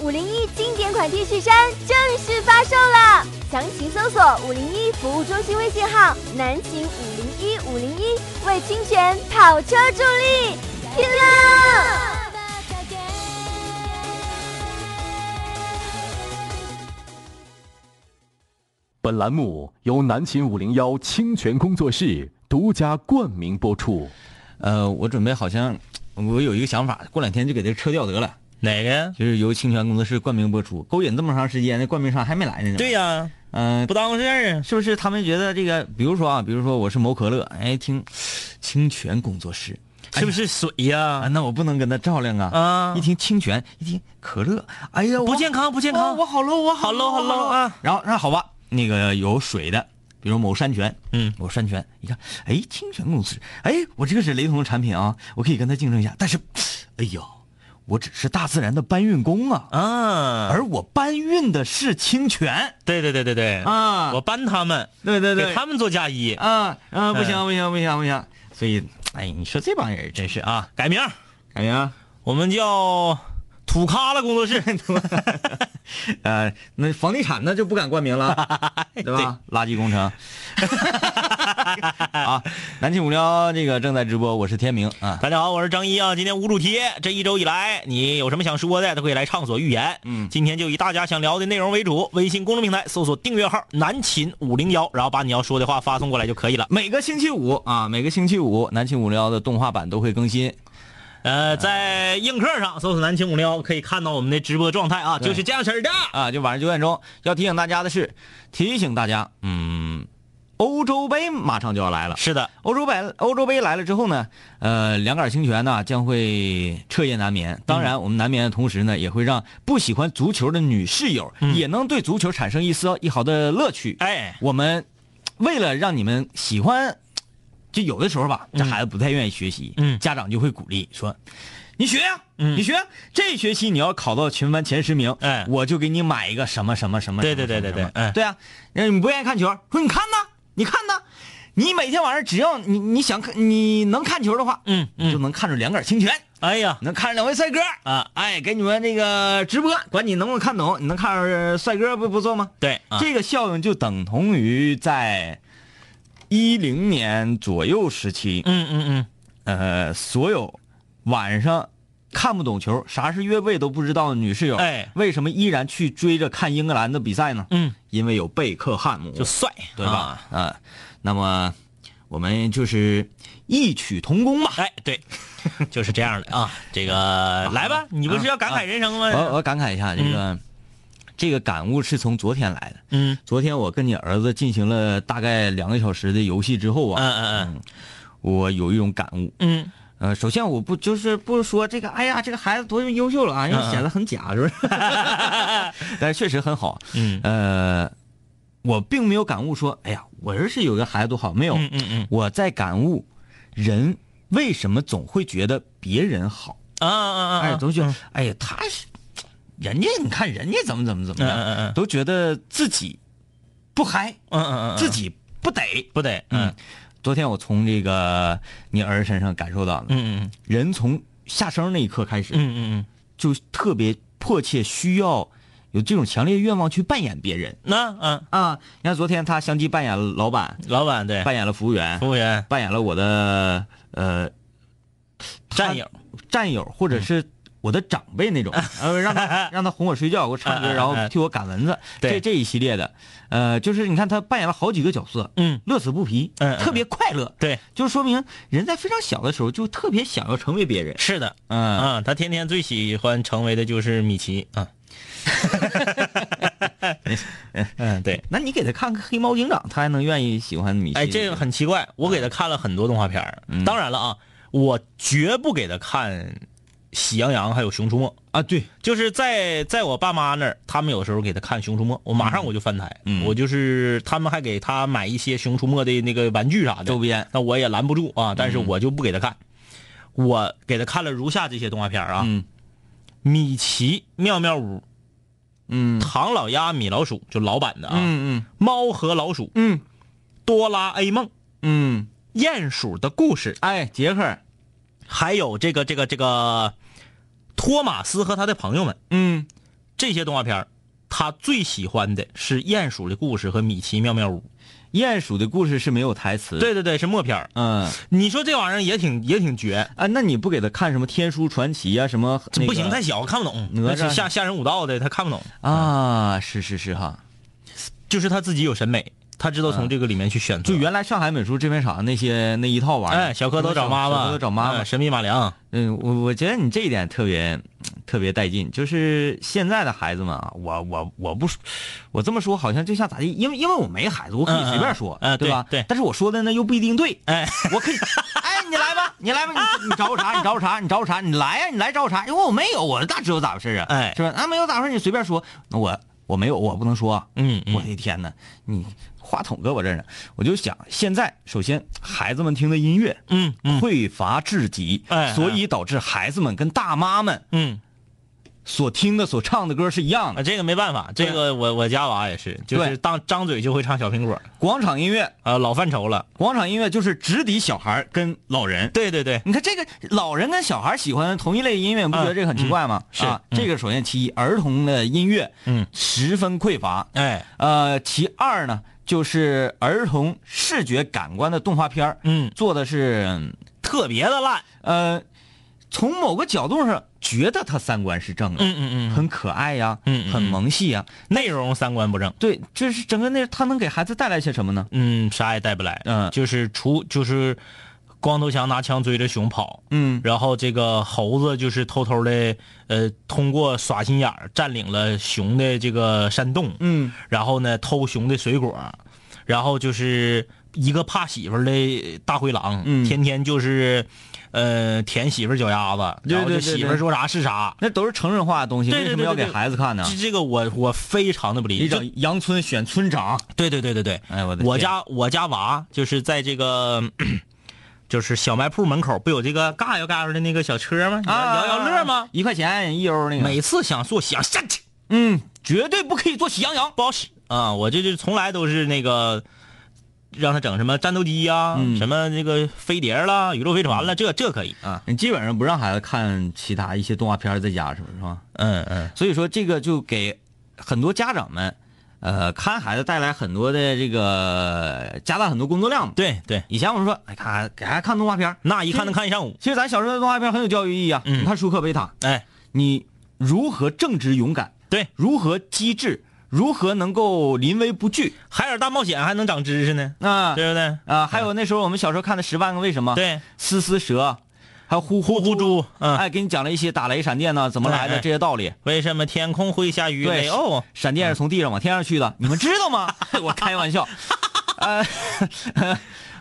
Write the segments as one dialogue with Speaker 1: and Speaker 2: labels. Speaker 1: 五零一经典款 T 恤衫正式发售了，详情搜索五零一服务中心微信号南秦五零一五零一，为清泉跑车助力，拼了！
Speaker 2: 本栏目由南秦五零幺清泉工作室独家冠名播出。
Speaker 3: 呃，我准备好像我有一个想法，过两天就给它撤掉得了。
Speaker 4: 哪个呀？
Speaker 3: 就是由清泉工作室冠名播出，勾引这么长时间，那冠名商还没来呢。
Speaker 4: 对，呀，
Speaker 3: 嗯、
Speaker 4: 不耽误事儿啊。
Speaker 3: 是不是他们觉得这个，比如说啊，比如说我是某可乐，哎，听清泉工作室，
Speaker 4: 是不是水
Speaker 3: 啊？
Speaker 4: 呀？
Speaker 3: 那我不能跟他照亮啊！
Speaker 4: 啊
Speaker 3: 一听清泉，一听可乐，哎呀，我
Speaker 4: 不健康，不健
Speaker 3: 哦
Speaker 4: 康
Speaker 3: 我。好 low，我
Speaker 4: 好 low，
Speaker 3: 我
Speaker 4: 好 low 啊！
Speaker 3: 然后那好吧，那个有水的，比如某山泉，
Speaker 4: 嗯
Speaker 3: 某山泉，一看，哎，清泉公司，哎，我这个是雷同的产品啊，我可以跟他竞争一下，但是，哎呀，我只是大自然的搬运工啊，
Speaker 4: 啊，
Speaker 3: 而我搬运的是清泉，
Speaker 4: 对对对对对
Speaker 3: 啊
Speaker 4: 我搬他们，
Speaker 3: 对对
Speaker 4: 给他们做嫁衣，
Speaker 3: 啊啊，不行不行不行不行，所以，哎，你说这帮人真是啊，
Speaker 4: 改名儿，
Speaker 3: 感觉。
Speaker 4: 我们叫土咖拉工 作室。
Speaker 3: 呃，那房地产那就不敢冠名了， 对吧？垃圾工程。啊，南秦五聊这个正在直播，我是天明啊。
Speaker 4: 大家好，我是张一啊。今天无主题，这一周以来，你有什么想说的，都可以来畅所欲言。
Speaker 3: 嗯
Speaker 4: 今天就以大家想聊的内容为主。微信公众平台搜索订阅号“南秦五零幺”，然后把你要说的话发送过来就可以了。
Speaker 3: 每个星期五啊，每个星期五，南秦五聊的动画版都会更新。
Speaker 4: 呃，在映客上搜索“南秦五零幺”，可以看到我们的直播状态啊，
Speaker 3: 对
Speaker 4: 就是这样式儿的。
Speaker 3: 啊，就晚上九点钟。要提醒大家的是，提醒大家，嗯，欧洲杯马上就要来了。
Speaker 4: 是的，
Speaker 3: 欧洲杯，欧洲杯来了之后呢，呃，两杆清泉呢将会彻夜难眠。当然，我们难眠的同时呢，也会让不喜欢足球的女室友、也能对足球产生一丝一毫的乐趣。
Speaker 4: 哎，
Speaker 3: 我们为了让你们喜欢，就有的时候吧，这孩子不太愿意学习，
Speaker 4: 嗯
Speaker 3: 家长就会鼓励说：“你学呀、
Speaker 4: 嗯
Speaker 3: 你学呀、这学期你要考到全班前十名，
Speaker 4: 哎
Speaker 3: 我就给你买一个什么什么什么。
Speaker 4: 对
Speaker 3: 什么
Speaker 4: 对对
Speaker 3: 什么
Speaker 4: 对
Speaker 3: 什么
Speaker 4: 对哎
Speaker 3: 对啊，那你不愿意看球，说你看呐，你看呐，你每天晚上只要你你想看，你能看球的话，
Speaker 4: 嗯
Speaker 3: 你就
Speaker 4: 嗯，
Speaker 3: 能看着两杆清泉。”
Speaker 4: 哎呀，
Speaker 3: 能看着两位帅哥
Speaker 4: 啊，
Speaker 3: 哎，给你们这个直播，管你能不能看懂，你能看着帅哥不不错吗？
Speaker 4: 对啊，
Speaker 3: 这个效应就等同于在一零年左右时期，
Speaker 4: 嗯嗯嗯，
Speaker 3: 呃，所有晚上看不懂球、啥是越位都不知道的女室友，
Speaker 4: 哎
Speaker 3: 为什么依然去追着看英格兰的比赛呢？
Speaker 4: 嗯，
Speaker 3: 因为有贝克汉姆，
Speaker 4: 就帅，
Speaker 3: 对吧
Speaker 4: 啊？？
Speaker 3: 啊、那么我们就是异曲同工吧。
Speaker 4: 哎，对，就是这样的啊。这个来吧，你不是要感慨人生
Speaker 3: 我
Speaker 4: 吗？
Speaker 3: 我感慨一下，这个、这个感悟是从昨天来的。
Speaker 4: 嗯
Speaker 3: 昨天我跟你儿子进行了大概两个小时的游戏之后啊，
Speaker 4: 嗯嗯
Speaker 3: 我有一种感悟。
Speaker 4: 嗯
Speaker 3: 呃，首先我不就是不说这个，哎呀，这个孩子多么优秀了啊，因为显得很 假，是不 是？但是确实很好。
Speaker 4: 嗯
Speaker 3: 呃，我并没有感悟说，哎呀，我儿是有个孩子多好，没有，
Speaker 4: 嗯嗯
Speaker 3: 我在感悟人为什么总会觉得别人好，
Speaker 4: 嗯啊啊
Speaker 3: 哎，
Speaker 4: 啊！
Speaker 3: 都觉得，哎呀，他是人家，你看人家怎么怎么怎么
Speaker 4: 嗯嗯嗯
Speaker 3: 样，
Speaker 4: 嗯
Speaker 3: 都觉得自己不嗨，
Speaker 4: 嗯嗯嗯，
Speaker 3: 自己不得。
Speaker 4: 不得，
Speaker 3: 嗯，昨天我从这个你儿身上感受到了，
Speaker 4: 嗯
Speaker 3: 人从下生那一刻开
Speaker 4: 嗯
Speaker 3: 始，
Speaker 4: 嗯嗯，
Speaker 3: 就特别迫切需要有这种强烈愿望去扮演别人
Speaker 4: 那嗯，
Speaker 3: 啊。你看昨天他相继扮演了老板，
Speaker 4: 老板对，
Speaker 3: 扮演了服务员，
Speaker 4: 服务员
Speaker 3: 扮演了我的呃
Speaker 4: 战友，
Speaker 3: 战友或者是我的长辈那种，呃，让他 让他哄我睡觉，给我唱歌，
Speaker 4: 嗯嗯嗯
Speaker 3: 然后
Speaker 4: 嗯
Speaker 3: 替我赶蚊子，
Speaker 4: 对
Speaker 3: 这这一系列的，呃，就是你看他扮演了好几个角色，
Speaker 4: 嗯，
Speaker 3: 乐此不疲，
Speaker 4: 嗯嗯
Speaker 3: 特别快乐，
Speaker 4: 对，
Speaker 3: 就说明人在非常小的时候就特别想要成为别人，
Speaker 4: 是的，
Speaker 3: 嗯。
Speaker 4: 啊，他天天最喜欢成为的就是米奇 啊。嗯，对，
Speaker 3: 那你给他看个《黑猫警长》，他还能愿意喜欢米奇？嗯
Speaker 4: 哎，这个很奇怪，我给他看了很多动画片儿当然了啊，我绝不给他看《喜羊羊》还有《熊出没》。
Speaker 3: 啊，对，
Speaker 4: 就是在在我爸妈那儿，他们有时候给他看《熊出没》，我马上我就翻台，
Speaker 3: 嗯
Speaker 4: 我就是他们还给他买一些《熊出没》的那个玩具啥的
Speaker 3: 周边嗯
Speaker 4: 那我也拦不住啊，但是我就不给他看，我给他看了如下这些动画片啊，
Speaker 3: 嗯
Speaker 4: 米奇、妙妙屋、
Speaker 3: 嗯
Speaker 4: 唐老鸭、米老鼠，就老版的啊，
Speaker 3: 嗯
Speaker 4: 猫和老鼠、
Speaker 3: 嗯
Speaker 4: 哆啦 A 梦、
Speaker 3: 嗯，
Speaker 4: 鼹鼠的故事，
Speaker 3: 哎，杰克，
Speaker 4: 还有这个这个这个托马斯和他的朋友们。
Speaker 3: 嗯
Speaker 4: 这些动画片儿他最喜欢的是《鼹鼠的故事》和《米奇妙妙屋
Speaker 3: 鼹鼠的故事是没有台词》。。，
Speaker 4: 对对对，是默片儿
Speaker 3: 嗯
Speaker 4: 你说这玩意儿也挺也挺绝，
Speaker 3: 啊，那你不给他看什么《天书传奇》啊，什么、那
Speaker 4: 这
Speaker 3: 个、
Speaker 4: 不行，太小看不懂。
Speaker 3: 哪吒
Speaker 4: 那是吓吓人武道的他看不懂，
Speaker 3: 啊？是是是哈，
Speaker 4: 就是他自己有审美，他知道
Speaker 3: 嗯
Speaker 4: 从这个里面去选择。
Speaker 3: 就原来上海美术这片厂那些那一套玩意儿，
Speaker 4: 哎，小蝌蚪找妈
Speaker 3: 小
Speaker 4: 妈，
Speaker 3: 蝌蚪找妈妈
Speaker 4: 哎，神笔马良，
Speaker 3: 嗯，我我觉得你这一点特别特别带劲，就是现在的孩子们啊，我我我不说，我这么说好像就像咋地，因为因为我没孩子，我可以
Speaker 4: 嗯嗯
Speaker 3: 随便说，
Speaker 4: 嗯
Speaker 3: 对吧？
Speaker 4: 对对
Speaker 3: 但是我说的呢又不一定对，哎，我 可以，哎，你来吧，你来吧，你你找我啥？你找我啥？你找我啥？你来呀、你来找我啥？因为我没有，我哪知道咋回事啊？
Speaker 4: 哎
Speaker 3: 是吧？啊，没有咋回事，你随便说，那我我没有，我不能说啊。
Speaker 4: 嗯嗯
Speaker 3: 我的天哪，你话筒搁我这儿呢，我就想现在首先孩子们听的音乐，
Speaker 4: 嗯嗯
Speaker 3: 匮乏至极，
Speaker 4: 哎
Speaker 3: 所以导致孩子们跟大妈们
Speaker 4: 嗯，
Speaker 3: 所听的、所唱的歌是一样
Speaker 4: 啊，
Speaker 3: 的。
Speaker 4: 这个没办法，这个我我家娃也是，就
Speaker 3: 对
Speaker 4: 是当张嘴就会唱小苹果，
Speaker 3: 广场音乐，
Speaker 4: 啊，老犯愁了。
Speaker 3: 广场音乐就是直抵小孩儿跟老人。
Speaker 4: 对对对，
Speaker 3: 你看这个老人跟小孩喜欢同一类音乐，你不觉得这个很奇怪吗？
Speaker 4: 是
Speaker 3: 啊，
Speaker 4: 嗯
Speaker 3: 这个首先其一，儿童的音乐
Speaker 4: 嗯
Speaker 3: 十分匮乏。
Speaker 4: 哎，
Speaker 3: 呃，其二呢，就是儿童视觉感官的动画片儿
Speaker 4: 嗯，
Speaker 3: 做的是
Speaker 4: 特别的烂。
Speaker 3: 呃，从某个角度上觉得他三观是正的，
Speaker 4: 嗯嗯 嗯，
Speaker 3: 很可爱呀，
Speaker 4: 嗯嗯
Speaker 3: 很萌系呀，
Speaker 4: 内容三观不正，
Speaker 3: 对，这是整个那他能给孩子带来些什么呢？
Speaker 4: 嗯，啥也带不来。
Speaker 3: 嗯
Speaker 4: 就是除就是光头强拿枪追着熊跑，
Speaker 3: 嗯，
Speaker 4: 然后这个猴子就是偷偷的呃通过耍心眼儿占领了熊的这个山洞，
Speaker 3: 嗯，
Speaker 4: 然后呢偷熊的水果，然后就是一个怕媳妇儿的大灰狼，
Speaker 3: 嗯
Speaker 4: 天天就是呃舔媳妇儿脚丫子，
Speaker 3: 对
Speaker 4: 然后
Speaker 3: 对
Speaker 4: 就
Speaker 3: 对
Speaker 4: 媳妇
Speaker 3: 对
Speaker 4: 儿说啥是啥。
Speaker 3: 那都是成人化的东西，
Speaker 4: 对
Speaker 3: 为
Speaker 4: 对
Speaker 3: 什么要
Speaker 4: 对对
Speaker 3: 给孩子看呢？
Speaker 4: 这这个我我非常的不理
Speaker 3: 你
Speaker 4: 解，
Speaker 3: 找杨村选村长，
Speaker 4: 对对对对对，
Speaker 3: 哎我的
Speaker 4: 我
Speaker 3: 天
Speaker 4: 家我家娃就是在这个。 就是小卖铺门口不有这个嘎悠嘎悠的那个小车吗？
Speaker 3: 啊
Speaker 4: 摇摇乐吗？？
Speaker 3: 一块钱一欧那个，
Speaker 4: 每次想坐喜羊下去
Speaker 3: 嗯，绝对不可以做喜羊羊，
Speaker 4: 不好使啊！我这就从来都是那个让他整什么战斗机呀、
Speaker 3: 嗯
Speaker 4: 什么这个飞碟啦、宇宙飞船了，这这可以啊。
Speaker 3: 你基本上不让孩子看其他一些动画片儿在家是不是是吧？
Speaker 4: 嗯嗯，
Speaker 3: 所以说这个就给很多家长们，呃，看孩子带来很多的这个加大很多工作量嘛。
Speaker 4: 对对，
Speaker 3: 以前我们说，哎，看给孩子看动画片儿，
Speaker 4: 那一看能看一上午。
Speaker 3: 其实咱小时候的动画片很有教育意义啊。
Speaker 4: 嗯
Speaker 3: 你看舒克贝塔，
Speaker 4: 哎，
Speaker 3: 你如何正直勇敢，
Speaker 4: 对，
Speaker 3: 如何机智，如何能够临危不惧
Speaker 4: 海尔大冒险还能长知识呢，
Speaker 3: 啊
Speaker 4: 对不对？
Speaker 3: 啊！还有那时候我们小时候看的《十万个为什么》，，
Speaker 4: 对，
Speaker 3: 丝丝蛇，还有呼
Speaker 4: 呼
Speaker 3: 呼
Speaker 4: 啊呼，猪，嗯，
Speaker 3: 哎，给你讲了一些打雷闪电呢怎么来
Speaker 4: 哎
Speaker 3: 的
Speaker 4: 哎
Speaker 3: 这些道理。
Speaker 4: 为什么天空会下雨？
Speaker 3: 对
Speaker 4: 雷哦欧，
Speaker 3: 闪电是从地上往天上 去的，你们知道吗？我开玩笑。呃，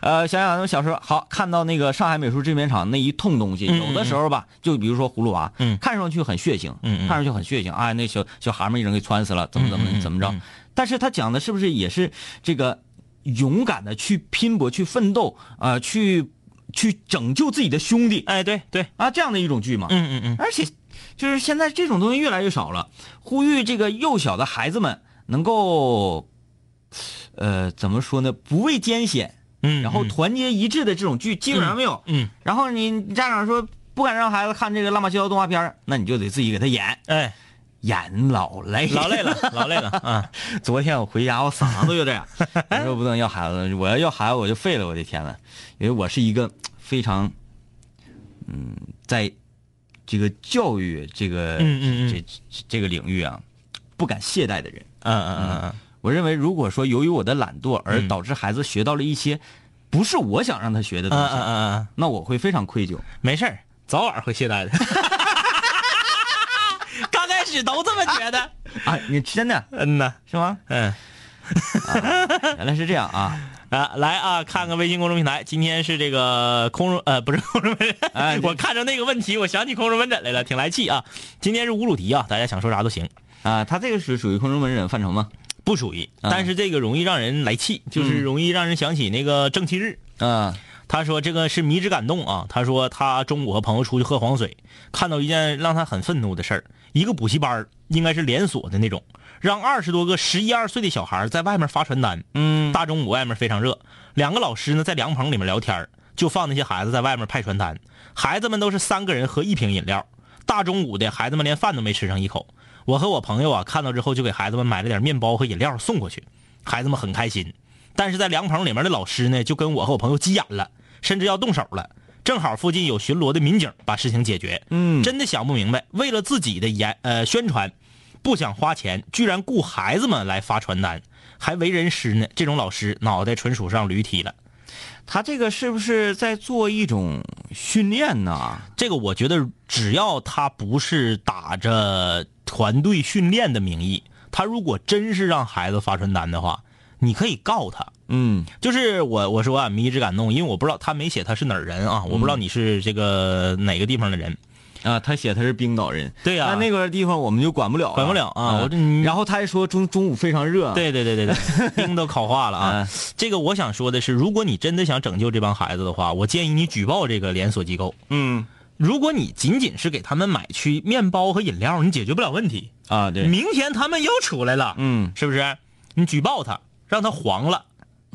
Speaker 3: 呃，想想咱们小时候，好看到那个上海美术制片厂那一通东西，
Speaker 4: 嗯
Speaker 3: 有的时候吧，就比如说葫芦娃，
Speaker 4: 嗯
Speaker 3: 看上去很血腥，
Speaker 4: 嗯嗯
Speaker 3: 看上去很血腥，哎，那小小蛤蟆一人给穿死了，怎么怎么怎么着？
Speaker 4: 嗯
Speaker 3: 但是他讲的是不是也是这个勇敢的去拼搏、去奋斗啊、呃去去拯救自己的兄弟
Speaker 4: 哎，对对，
Speaker 3: 啊这样的一种剧嘛？
Speaker 4: 嗯嗯嗯。
Speaker 3: 而且，就是现在这种东西越来越少了，呼吁这个幼小的孩子们能够，呃，怎么说呢？不畏艰险，
Speaker 4: 嗯，
Speaker 3: 然后团结一致的这种剧基本上没有。
Speaker 4: 嗯，
Speaker 3: 然后你家长说不敢让孩子看这个《辣妈逍遥》动画片儿，那你就得自己给他演，
Speaker 4: 哎，
Speaker 3: 演老累，
Speaker 4: 老累。 了，老累了啊！
Speaker 3: 昨天我回家，我嗓子都有点 哑，我说不能要孩子，我要要孩子我就废了，我的天呐，因为我是一个非常，嗯，在这个教育这个
Speaker 4: 嗯嗯嗯
Speaker 3: 这这这个领域啊，不敢懈怠的人。
Speaker 4: 嗯嗯嗯嗯，
Speaker 3: 我认为，如果说由于我的懒惰而导致孩子学到了一些不是我想让他学的东
Speaker 4: 嗯
Speaker 3: 西，
Speaker 4: 嗯嗯
Speaker 3: 那我会非常愧疚。
Speaker 4: 嗯，没事儿，早晚会懈怠的。 刚开始都这么觉得。
Speaker 3: 啊，你真的
Speaker 4: 嗯呐，
Speaker 3: 是 吗？
Speaker 4: 嗯
Speaker 3: 原来是这样啊！
Speaker 4: 啊，来啊，看看微信公众平台，今天是这个空中呃不是 空中门诊，
Speaker 3: 哎
Speaker 4: 我看着那个问题，我想起空中门诊来了，挺来气啊。今天是无主题啊，大家想说啥都行。
Speaker 3: 啊，他这个是属于空中门诊范畴吗？
Speaker 4: 不属于，
Speaker 3: 嗯
Speaker 4: 但是这个容易让人来气，就是容易让人想起那个正气日。
Speaker 3: 啊，
Speaker 4: 他说这个是迷之感动啊。他说他中午和朋友出去喝黄水，看到一件让他很愤怒的事儿：一个补习班儿应该是连锁的那种，让二十多个十一二岁的小孩儿在外面发传单。
Speaker 3: 嗯
Speaker 4: 大中午外面非常热，两个老师呢在凉棚里面聊天儿，就放那些孩子在外面派传单。孩子们都是三个人喝一瓶饮料，大中午的孩子们连饭都没吃上一口。我和我朋友啊，看到之后就给孩子们买了点面包和饮料送过去，孩子们很开心。但是在凉棚里面的老师呢，就跟我和我朋友急眼了，甚至要动手了。正好附近有巡逻的民警把事情解决。
Speaker 3: 嗯
Speaker 4: 真的想不明白，为了自己的言呃宣传，不想花钱，居然雇孩子们来发传单，还为人师呢。这种老师脑袋纯属上驴踢了。
Speaker 3: 他这个是不是在做一种训练呢？
Speaker 4: 这个我觉得，只要他不是打着团队训练的名义，他如果真是让孩子发传单的话，你可以告他。
Speaker 3: 嗯，
Speaker 4: 就是我我说啊，迷之感动，因为我不知道他没写他是哪儿人啊，我不知道你是这个哪个地方的人，
Speaker 3: 啊，他写他是冰岛人，
Speaker 4: 对呀
Speaker 3: 那那个地方我们就管不了了，
Speaker 4: 管不了
Speaker 3: 嗯
Speaker 4: 啊我这你
Speaker 3: 然后他还说中中午非常热，，
Speaker 4: 对对对对对， 冰都烤化了啊
Speaker 3: 啊嗯。
Speaker 4: 这个我想说的是，如果你真的想拯救这帮孩子的话，我建议你举报这个连锁机构。
Speaker 3: 嗯，
Speaker 4: 如果你仅仅是给他们买去面包和饮料，你解决不了问题。
Speaker 3: 啊，对，
Speaker 4: 明天他们又出来了，
Speaker 3: 嗯
Speaker 4: 是不是？你举报他，让他黄了，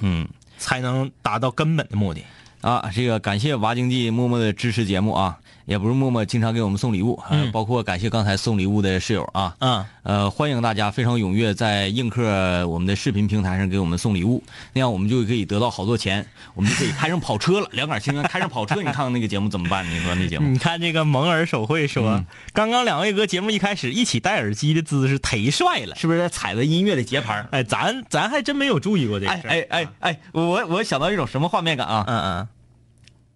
Speaker 3: 嗯。
Speaker 4: 才能达到根本的目的。
Speaker 3: 啊，这个感谢娃经济默默的支持节目啊，也不是默默经常给我们送礼物，啊
Speaker 4: 嗯
Speaker 3: 包括感谢刚才送礼物的室友啊，
Speaker 4: 嗯，
Speaker 3: 呃，欢迎大家非常踊跃在映客我们的视频平台上给我们送礼物，那样我们就可以得到好多钱，我们就可以开上跑车了，两杆青年开上跑车，你看看那个节目怎么办？你说那节目
Speaker 4: 嗯你看这个蒙尔手绘说，
Speaker 3: 嗯
Speaker 4: 刚刚两位哥节目一开始一起戴耳机的姿势忒帅了。
Speaker 3: 是不是在踩着音乐的节拍儿？
Speaker 4: 哎，咱咱还真没有注意过这个
Speaker 3: 哎
Speaker 4: 事儿。
Speaker 3: 哎哎哎，我我想到一种什么画面感啊？
Speaker 4: 嗯，嗯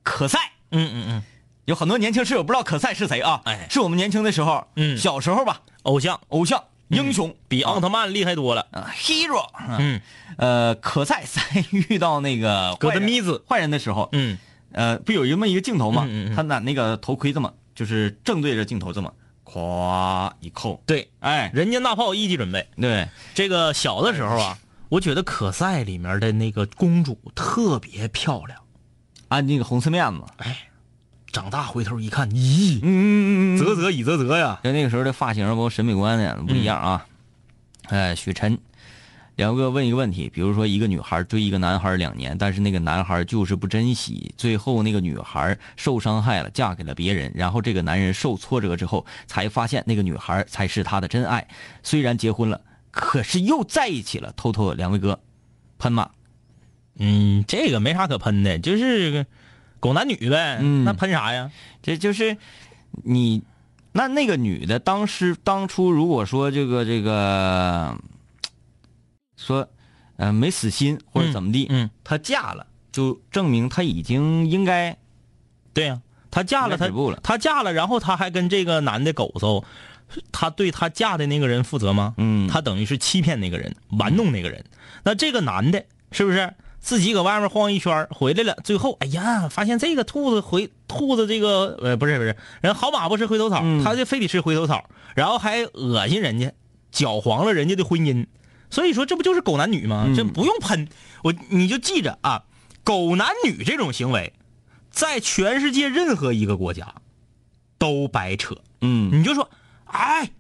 Speaker 3: 可赛，
Speaker 4: 嗯嗯嗯，
Speaker 3: 有很多年轻室友不知道可赛是谁啊？
Speaker 4: 哎
Speaker 3: 是我们年轻的时候，
Speaker 4: 嗯
Speaker 3: 小时候吧，
Speaker 4: 偶像
Speaker 3: 偶像、英雄，
Speaker 4: 比
Speaker 3: 啊
Speaker 4: 奥特曼厉害多了。
Speaker 3: 啊 hero，
Speaker 4: 嗯
Speaker 3: 呃，可赛在 遇到那个
Speaker 4: 戈
Speaker 3: 坏人
Speaker 4: 德米兹
Speaker 3: 坏人的时候，
Speaker 4: 嗯
Speaker 3: 呃，不有这么一个镜头吗？
Speaker 4: 嗯嗯嗯
Speaker 3: 他拿那个头盔这么，就是正对着镜头这么，咵一扣，
Speaker 4: 对，
Speaker 3: 哎，
Speaker 4: 人间大炮一级准备。
Speaker 3: 对，
Speaker 4: 这个小的时候啊，我觉得可赛里面的那个公主特别漂亮。
Speaker 3: 按那个红色面子，
Speaker 4: 长大回头一看，咦，
Speaker 3: 嗯嗯嗯
Speaker 4: 啧啧以啧啧呀。
Speaker 3: 就那个时候的发型，包括审美观呢不一样啊。哎，许晨，两位哥问一个问题，比如说一个女孩追一个男孩两年，但是那个男孩就是不珍惜，最后那个女孩受伤害了，嫁给了别人，然后这个男人受挫折之后，才发现那个女孩才是他的真爱，虽然结婚了，可是又在一起了。偷偷两位哥，喷吗？
Speaker 4: 嗯，这个没啥可喷的，就是个狗男女呗。
Speaker 3: 嗯
Speaker 4: 那喷啥呀？
Speaker 3: 这就是你，那那个女的当时当初如果说这个这个，说，呃，没死心或者怎么地，
Speaker 4: 嗯，
Speaker 3: 她嫁了，就证明她已经应该
Speaker 4: 对呀、她嫁了，
Speaker 3: 应该
Speaker 4: 她
Speaker 3: 止步了
Speaker 4: 她嫁了，然后她还跟这个男的狗搜，她对她嫁的那个人负责吗？
Speaker 3: 嗯
Speaker 4: 她等于是欺骗那个人，玩弄那个人。那这个男的是不是自己搁外面晃一圈儿回来了？最后，哎呀，发现这个兔子回兔子这个呃不是不是，人好马不吃回头草，
Speaker 3: 嗯
Speaker 4: 他就非得吃回头草，然后还恶心人家，搅黄了人家的婚姻。所以说，这不就是狗男女吗？
Speaker 3: 嗯
Speaker 4: 这不用喷，我你就记着啊，狗男女这种行为，在全世界任何一个国家都白扯。
Speaker 3: 嗯
Speaker 4: 你就说，哎，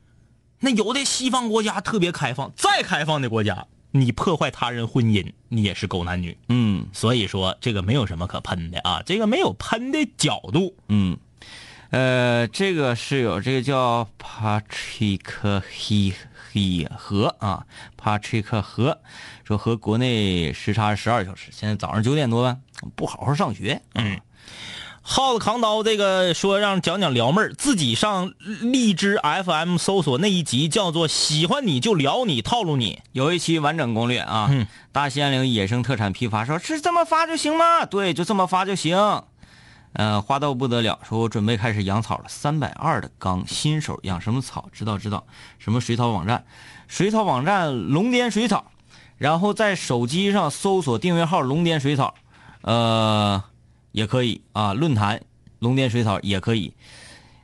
Speaker 4: 那有的西方国家特别开放，再开放的国家，你破坏他人婚姻，你也是狗男女。
Speaker 3: 嗯
Speaker 4: 所以说，这个没有什么可喷的啊，这个没有喷的角度。
Speaker 3: 嗯，呃，这个是有这个叫 Patrick He He 和啊，Patrick 和说和国内时差十二小时，现在早上九点多了，不好好上学，嗯。
Speaker 4: 耗子扛刀这个说让讲讲撩妹儿，自己上荔枝 FM 搜索那一集叫做“喜欢你就撩你套路你
Speaker 3: 有一期完整攻略啊，
Speaker 4: 嗯
Speaker 3: 大兴安岭野生特产批发说是这么发就行吗？对，就这么发就行。呃，花到不得了，说我准备开始养草了，三百二的缸，新手养什么草？知道知道，什么水草网站，水草网站龙涎水草，然后在手机上搜索订阅号龙涎水草，呃，也可以啊，论坛龙涎水草也可以。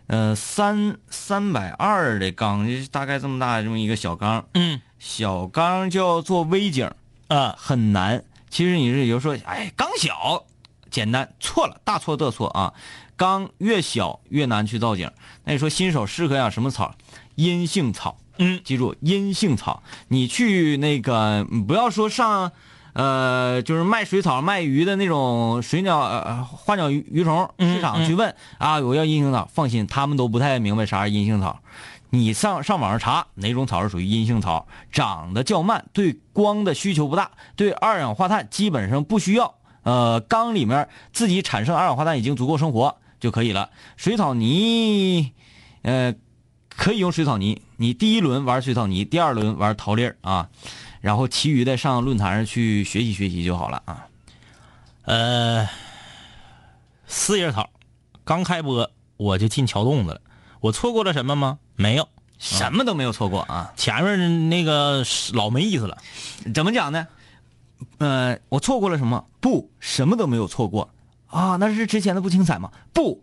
Speaker 3: 呃，三三百二的缸，就是大概这么大的这么一个小缸，”。
Speaker 4: 嗯
Speaker 3: 小缸叫做微景，
Speaker 4: 啊，
Speaker 3: 很难。其实你是有时候，哎，缸小，简单，错了，大错特错啊！缸越小越难去造景。那你说新手适合养什么草？阴性草，
Speaker 4: 嗯，
Speaker 3: 记住阴性草。你去那个，你不要说上，呃，就是卖水草、卖鱼的那种水鸟、呃、花鸟
Speaker 4: 嗯
Speaker 3: 鱼鱼虫市场去问、啊，我要阴性草。放心，他们都不太明白啥是阴性草。你上上网上查哪种草是属于阴性草，长得较慢，对光的需求不大，对二氧化碳基本上不需要。呃，缸里面自己产生二氧化碳已经足够生活就可以了。水草泥，呃，可以用水草泥。你第一轮玩水草泥，第二轮玩桃粒儿啊，然后其余的上论坛上去学习学习就好了啊。
Speaker 4: 呃，四叶草刚开播我就进桥洞子了，我错过了什么吗？没有，
Speaker 3: 什么都没有错过啊！
Speaker 4: 前面那个老没意思了。
Speaker 3: 怎么讲呢？呃，我错过了什么？不，什么都没有错过啊！那是之前的不精彩吗？不，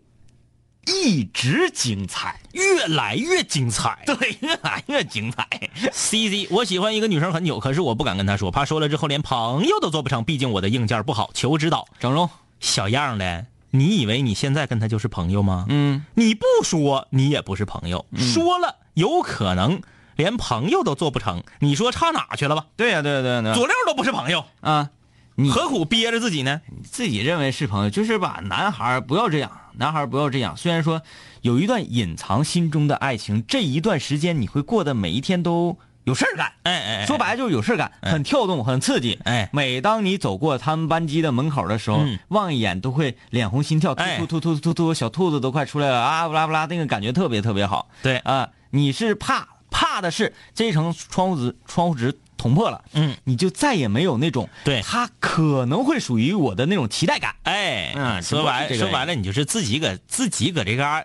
Speaker 3: 一直精彩，
Speaker 4: 越来越精彩。
Speaker 3: 对，越来越精彩。
Speaker 4: C C，我喜欢一个女生很久，可是我不敢跟她说，怕说了之后连朋友都做不成，毕竟我的硬件不好。求指导，
Speaker 3: 整容，
Speaker 4: 小样儿的，你以为你现在跟她就是朋友吗？
Speaker 3: 嗯，
Speaker 4: 你不说，你也不是朋友；说了，有可能连朋友都做不成。你说差哪去了吧？
Speaker 3: 对呀、对呀、对呀、对呀、
Speaker 4: 佐料都不是朋友，
Speaker 3: 啊，你
Speaker 4: 何苦憋着自己呢？
Speaker 3: 自己认为是朋友，就是吧？男孩儿不要这样，男孩儿不要这样。虽然说有一段隐藏心中的爱情，这一段时间你会过得每一天都有事儿干。
Speaker 4: 哎哎哎，
Speaker 3: 说白了就是有事儿干，很跳动，很刺激。
Speaker 4: 哎
Speaker 3: 每当你走过他们班级的门口的时候
Speaker 4: 嗯，
Speaker 3: 望一眼都会脸红心跳，
Speaker 4: 哎
Speaker 3: 突突突突突突，小兔子都快出来了啊！不拉不拉，那个感觉特别特别好。
Speaker 4: 对
Speaker 3: 啊，你是怕怕的是这层窗户纸窗户纸捅破了，
Speaker 4: 嗯，
Speaker 3: 你就再也没有那种
Speaker 4: 对
Speaker 3: 它可能会属于我的那种期待感。
Speaker 4: 哎，
Speaker 3: 嗯
Speaker 4: 说
Speaker 3: 只不过是
Speaker 4: 白
Speaker 3: 这个
Speaker 4: 说白了，你就是自己搁自己搁这嘎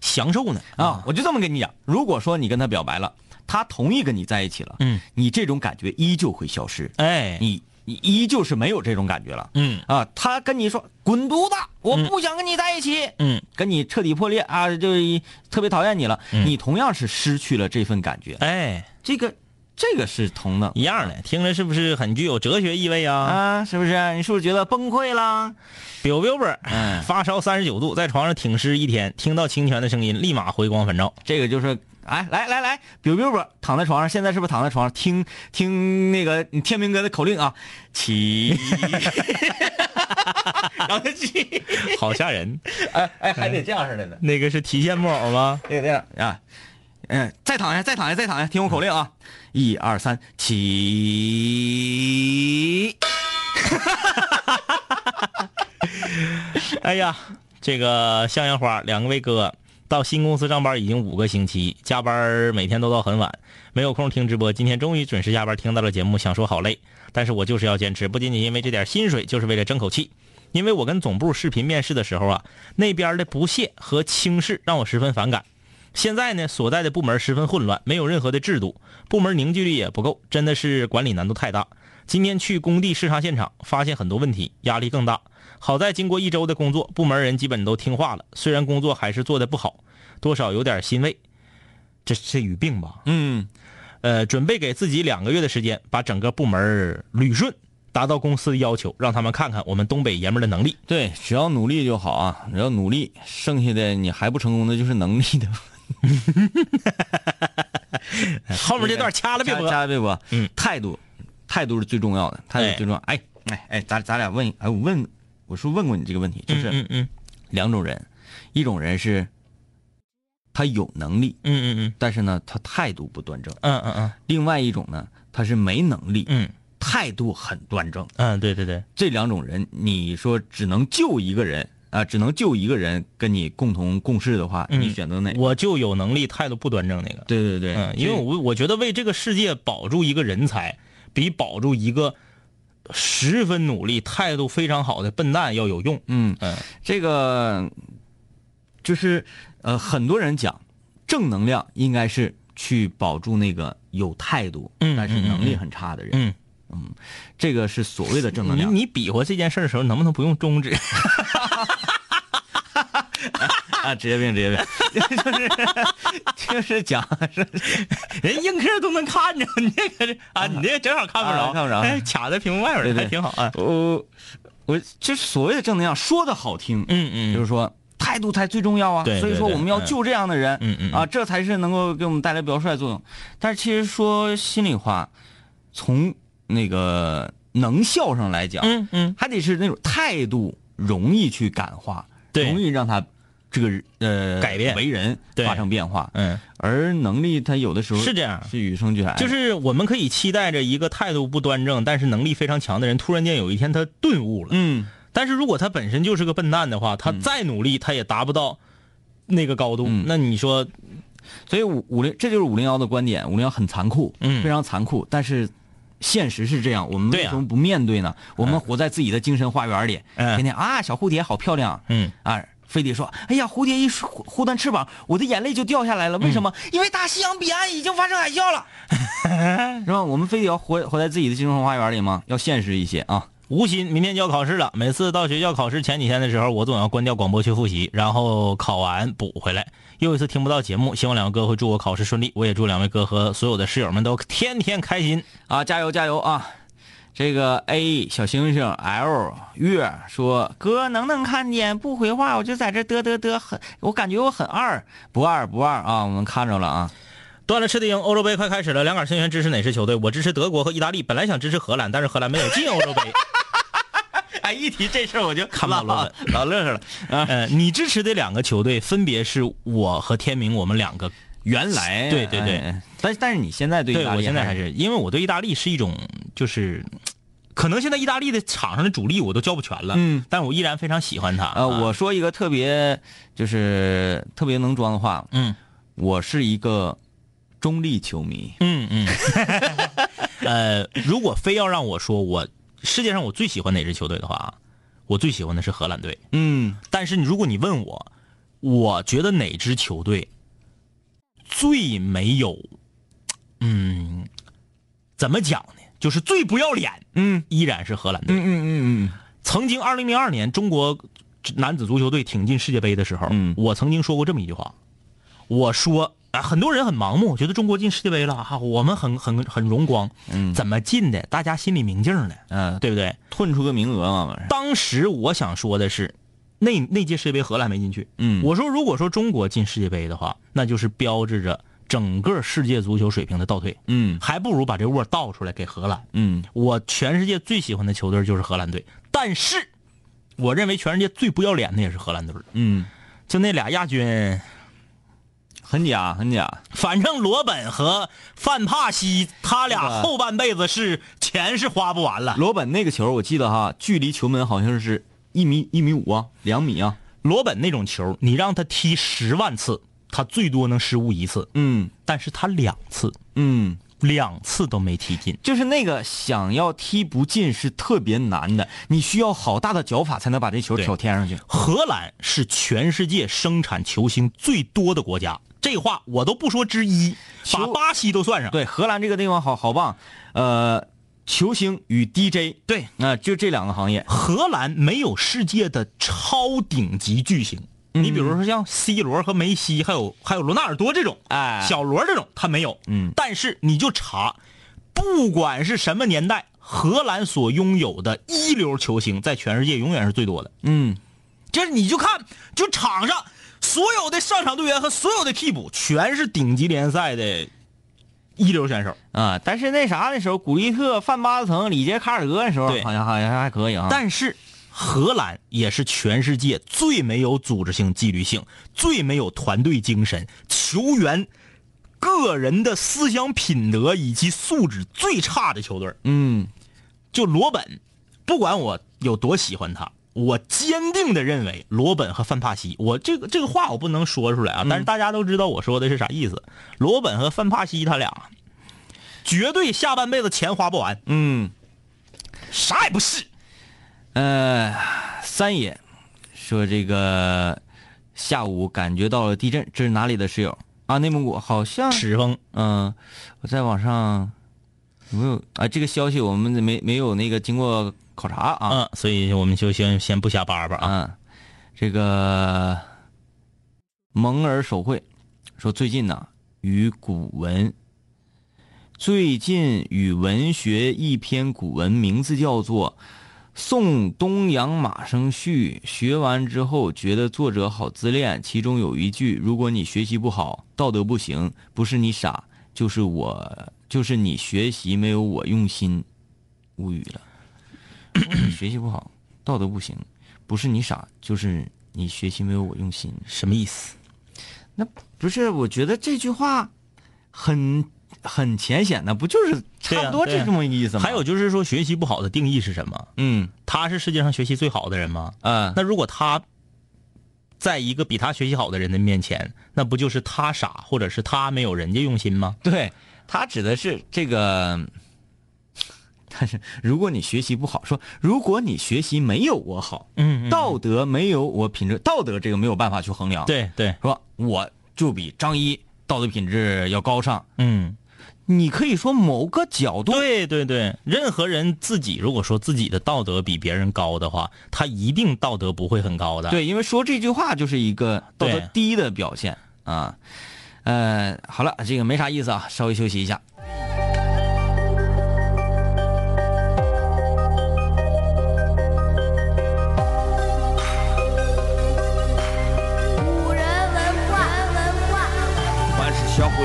Speaker 4: 享受呢
Speaker 3: 啊、我就这么跟你讲，如果说你跟他表白了，他同意跟你在一起了，
Speaker 4: 嗯，
Speaker 3: 你这种感觉依旧会消失，
Speaker 4: 哎，
Speaker 3: 你你依旧是没有这种感觉了，
Speaker 4: 嗯
Speaker 3: 啊，他跟你说滚犊子，我不想跟你在一起，
Speaker 4: 嗯，
Speaker 3: 跟你彻底破裂啊，就一特别讨厌你了，你同样是失去了这份感觉，
Speaker 4: 哎，
Speaker 3: 这个这个是同的
Speaker 4: 一样的，听着是不是很具有哲学意味啊？
Speaker 3: 啊，是不是？你是不是觉得崩溃了？
Speaker 4: 表表本，
Speaker 3: 嗯
Speaker 4: 发烧三十九度，在床上挺尸一天，听到清泉的声音，立马回光返照。
Speaker 3: 这个就是，哎，来来来，biểu biu 不躺在床上，现在是不是躺在床上听听那个天明哥的口令啊？起， 然后就起，
Speaker 4: 好吓人！
Speaker 3: 哎哎，还得这样似的呢，
Speaker 4: 那个是提线木偶吗？
Speaker 3: 这个这样啊，嗯、再躺下，再躺下，再躺下，听我口令啊，一二三，起，
Speaker 4: 哎呀，这个向阳花，两位哥到新公司上班已经五个星期，加班每天都到很晚，没有空听直播。今天终于准时下班听到了节目，想说好累，但是我就是要坚持，不仅仅因为这点薪水，就是为了争口气。因为我跟总部视频面试的时候啊，那边的不屑和轻视让我十分反感。现在呢，所在的部门十分混乱，没有任何的制度，部门凝聚力也不够，真的是管理难度太大。今天去工地视察现场，发现很多问题，压力更大。好在经过一周的工作，部门人基本都听话了，虽然工作还是做得不好，多少有点欣慰。这这语病吧？
Speaker 3: 嗯，
Speaker 4: 呃，准备给自己两个月的时间，把整个部门捋顺，达到公司的要求，让他们看看我们东北爷们儿的能力。
Speaker 3: 对，只要努力就好啊，只要努力，剩下的你还不成功的就是能力的
Speaker 4: 后面这段掐了别播。
Speaker 3: 加微博，
Speaker 4: 嗯，
Speaker 3: 态度，态度是最重要的，态度是最重要。哎哎哎，咱咱俩问，哎，我问，我是不是问过你这个问题，就
Speaker 4: 嗯
Speaker 3: 是
Speaker 4: 嗯嗯
Speaker 3: 两种人，一种人是他有能力，
Speaker 4: 嗯嗯
Speaker 3: 但是呢他态度不端正；
Speaker 4: 嗯嗯嗯
Speaker 3: 另外一种呢，他是没能力，
Speaker 4: 嗯
Speaker 3: 态度很端正。
Speaker 4: 嗯，对对对，
Speaker 3: 这两种人，你说只能救一个人啊、只能救一个人跟你共同共事的话，
Speaker 4: 嗯
Speaker 3: 你选择哪？
Speaker 4: 我就有能力，态度不端正那个。
Speaker 3: 对对对，
Speaker 4: 嗯，因为我我觉得为这个世界保住一个人才，比保住一个十分努力、态度非常好的笨蛋要有用。
Speaker 3: 嗯，
Speaker 4: 嗯
Speaker 3: 这个就是呃，很多人讲正能量应该是去保住那个有态度，
Speaker 4: 嗯
Speaker 3: 但是能力很差的人，
Speaker 4: 嗯，
Speaker 3: 这个是所谓的正能
Speaker 4: 你
Speaker 3: 量
Speaker 4: 你比划这件事儿的时候，能不能不用 中指？
Speaker 3: 啊，职业病，职业病， 就是就是讲是
Speaker 4: 人映客哎都能看着，你这 个是啊，你这个正好看不着，
Speaker 3: 啊看不着
Speaker 4: 哎，卡在屏幕外边
Speaker 3: 对
Speaker 4: 儿，
Speaker 3: 对
Speaker 4: 还挺好啊。
Speaker 3: 我我就是所谓的正能量，说的好听，
Speaker 4: 嗯嗯，
Speaker 3: 就是说。态度才最重要啊，
Speaker 4: 对对
Speaker 3: 所以说
Speaker 4: 对
Speaker 3: 我们要
Speaker 4: 嗯
Speaker 3: 救这样的人，
Speaker 4: 嗯嗯嗯
Speaker 3: 啊，这才是能够给我们带来表率作用。但是其实说心里话，从那个能效上来讲，
Speaker 4: 嗯嗯
Speaker 3: 还得是那种态度容易去感化，
Speaker 4: 对
Speaker 3: 容易让他这个呃
Speaker 4: 改变
Speaker 3: 为人
Speaker 4: 对
Speaker 3: 发生变化。
Speaker 4: 嗯，
Speaker 3: 而能力它有的时候
Speaker 4: 是这样
Speaker 3: 是与生俱来的，
Speaker 4: 哎就是我们可以期待着一个态度不端正，但是能力非常强的人，突然间有一天他顿悟了。
Speaker 3: 嗯
Speaker 4: 但是如果他本身就是个笨蛋的话，他再努力他也达不到那个高度。
Speaker 3: 嗯
Speaker 4: 那你说，
Speaker 3: 所以五五零，这就是五零幺的观点。五零幺很残酷，
Speaker 4: 嗯
Speaker 3: 非常残酷，但是现实是这样，我们
Speaker 4: 对
Speaker 3: 为
Speaker 4: 呀
Speaker 3: 什么不面对呢？我们活在自己的精神花园里，
Speaker 4: 嗯
Speaker 3: 天天啊，小蝴蝶好漂亮，
Speaker 4: 嗯
Speaker 3: 啊，非得说，哎呀，蝴蝶一呼呼断翅膀，我的眼泪就掉下来了。为什么？因为大西洋彼岸已经发生海啸了，是吧？我们非得要活活在自己的精神花园里吗？要现实一些啊。
Speaker 4: 吴昕明天就要考试了，每次到学校考试前几天的时候，我总要关掉广播去复习，然后考完补回来。又一次听不到节目，希望两位哥会祝我考试顺利，我也祝两位哥和所有的室友们都天天开心。
Speaker 3: 啊，加油加油啊！这个 A 小星星 L 月说：“哥能能看见不回话，我就在这嘚嘚嘚，很我感觉我很二，不二不二啊！我们看着了啊，
Speaker 4: 断了吃的赢，欧洲杯快开始了，两杆清泉支持哪支球队？我支持德国和意大利，本来想支持荷兰，但是荷兰没有进欧洲杯。
Speaker 3: 哎，一提这事儿我就
Speaker 4: 看不
Speaker 3: 老
Speaker 4: 到罗文
Speaker 3: 老乐呵了。
Speaker 4: 呃，你支持的两个球队分别是我和天明，我们两个。
Speaker 3: 原来
Speaker 4: 对对对
Speaker 3: 哎但是但是你现在对意
Speaker 4: 对，
Speaker 3: 大利
Speaker 4: 我现在还
Speaker 3: 还
Speaker 4: 是因为我对意大利是一种就是。可能现在意大利的场上的主力我都教不全了，
Speaker 3: 嗯，
Speaker 4: 但我依然非常喜欢他。
Speaker 3: 呃，
Speaker 4: 啊
Speaker 3: 我说一个特别就是特别能装的话，
Speaker 4: 嗯
Speaker 3: 我是一个中立球迷，
Speaker 4: 嗯嗯， 呃，如果非要让我说我世界上我最喜欢哪支球队的话啊，我最喜欢的是荷兰队。
Speaker 3: 嗯
Speaker 4: 但是你如果你问我，我觉得哪支球队最没有，嗯，怎么讲呢？就是最不要脸，
Speaker 3: 嗯
Speaker 4: 依然是荷兰队。
Speaker 3: 嗯嗯嗯
Speaker 4: 曾经二零零二年中国男子足球队挺进世界杯的时候，
Speaker 3: 嗯
Speaker 4: 我曾经说过这么一句话，我说啊，很多人很盲目，觉得中国进世界杯了哈、我们很很很荣光，
Speaker 3: 嗯
Speaker 4: 怎么进的？大家心里明镜呢，
Speaker 3: 嗯，呃，
Speaker 4: 对不对？
Speaker 3: 吞出个名额嘛，完事儿
Speaker 4: 当时我想说的是，那那届世界杯荷兰没进去，
Speaker 3: 嗯
Speaker 4: 我说如果说中国进世界杯的话，那就是标志着整个世界足球水平的倒退，
Speaker 3: 嗯
Speaker 4: 还不如把这窝倒出来给荷兰。
Speaker 3: 嗯
Speaker 4: 我全世界最喜欢的球队就是荷兰队，但是我认为全世界最不要脸的也是荷兰队，
Speaker 3: 嗯，
Speaker 4: 就那俩亚军，
Speaker 3: 很假很假，
Speaker 4: 反正罗本和范帕西他
Speaker 3: 是吧
Speaker 4: 俩后半辈子是钱是花不完了。
Speaker 3: 罗本那个球我记得哈，距离球门好像是一米一米五啊，两米啊，
Speaker 4: 罗本那种球，你让他踢十万次，他最多能失误一次，
Speaker 3: 嗯
Speaker 4: 但是他两次
Speaker 3: 嗯，
Speaker 4: 两次都没踢进。
Speaker 3: 就是那个想要踢不进是特别难的，你需要好大的脚法才能把这球
Speaker 4: 对
Speaker 3: 挑天上去。
Speaker 4: 荷兰是全世界生产球星最多的国家，这话我都不说之一，把
Speaker 3: 球
Speaker 4: 巴西都算上。
Speaker 3: 对，荷兰这个地方好好棒，呃，球星与 DJ，
Speaker 4: 对，
Speaker 3: 那、就这两个行业，
Speaker 4: 荷兰没有世界的超顶级巨星，
Speaker 3: 嗯
Speaker 4: 你比如说像 C 罗和梅西，还有还有罗纳尔多这种，
Speaker 3: 哎
Speaker 4: 小罗这种他没有，
Speaker 3: 嗯
Speaker 4: 但是你就查，不管是什么年代，荷兰所拥有的一流球星在全世界永远是最多的。
Speaker 3: 嗯，
Speaker 4: 就是你就看，就场上所有的上场队员和所有的替补，全是顶级联赛的一流选手。
Speaker 3: 啊，但是那啥的时候，古利特、范巴斯滕、里杰卡尔德的时候，
Speaker 4: 对
Speaker 3: 好像好像还可以啊。
Speaker 4: 但是荷兰也是全世界最没有组织性、纪律性、最没有团队精神、球员个人的思想品德以及素质最差的球队儿。
Speaker 3: 嗯
Speaker 4: 就罗本，不管我有多喜欢他，我坚定的认为罗本和范帕西，我这个这个话我不能说出来啊，但是大家都知道我说的是啥意思。罗本和范帕西他俩绝对下半辈子钱花不完，
Speaker 3: 嗯。
Speaker 4: 啥也不是。
Speaker 3: 呃，三爷说这个下午感觉到了地震，这是哪里的室友啊？内蒙古好像是，
Speaker 4: 史峰，
Speaker 3: 嗯、我在网上有没有啊？这个消息我们没没有那个经过考察啊，
Speaker 4: 嗯，所以我们就先先不瞎叭叭啊。
Speaker 3: 啊，这个蒙尔手绘说最近呢与古文。最近与文学一篇古文，名字叫做宋东阳马生序学完之后，觉得作者好自恋。其中有一句：“如果你学习不好，道德不行，不是你傻，就是我，就是你学习没有我用心。” 无语了，学习不好，道德不行，不是你傻，就是你学习没有我用心。
Speaker 4: 什么意思？
Speaker 3: 那不是，我觉得这句话很很浅显的，不就是差不多
Speaker 4: 对呀对
Speaker 3: 这
Speaker 4: 呀
Speaker 3: 这么一个意思吗？
Speaker 4: 还有，就是说，学习不好的定义是什么？
Speaker 3: 嗯
Speaker 4: 他是世界上学习最好的人吗？
Speaker 3: 啊，
Speaker 4: 那如果他在一个比他学习好的人的面前，那不就是他傻，或者是他没有人家用心吗？
Speaker 3: 对他指的是这个。但是如果你学习不好，说如果你学习没有我好，
Speaker 4: 嗯到
Speaker 3: 道德没有我品质，道德这个没有办法去衡量。，
Speaker 4: 对对，
Speaker 3: 说我就比张一道德品质要高尚，
Speaker 4: 嗯，
Speaker 3: 你可以说某个角度
Speaker 4: 对对对，任何人自己如果说自己的道德比别人高的话，他一定道德不会很高的。，
Speaker 3: 对，因为说这句话就是一个道德
Speaker 4: 啊对
Speaker 3: 低的表现啊。呃，好了，这个没啥意思啊，稍微休息一下。
Speaker 1: 古人文化，文化。
Speaker 5: 凡是想毁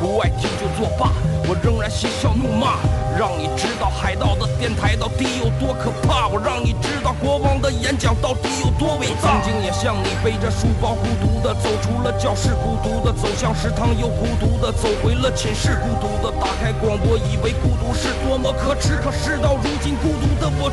Speaker 5: 不爱听就作罢，我仍然嬉笑怒骂，让你知道海盗的电台到底有多可怕，我让你知道国王的演讲到底有多伟大。曾经也像你背着书包孤独的走出了教室，孤独的走向食堂，又孤独的走回了寝室，孤独的打开广播，以为孤独是多么可耻，可事到如今，孤独的我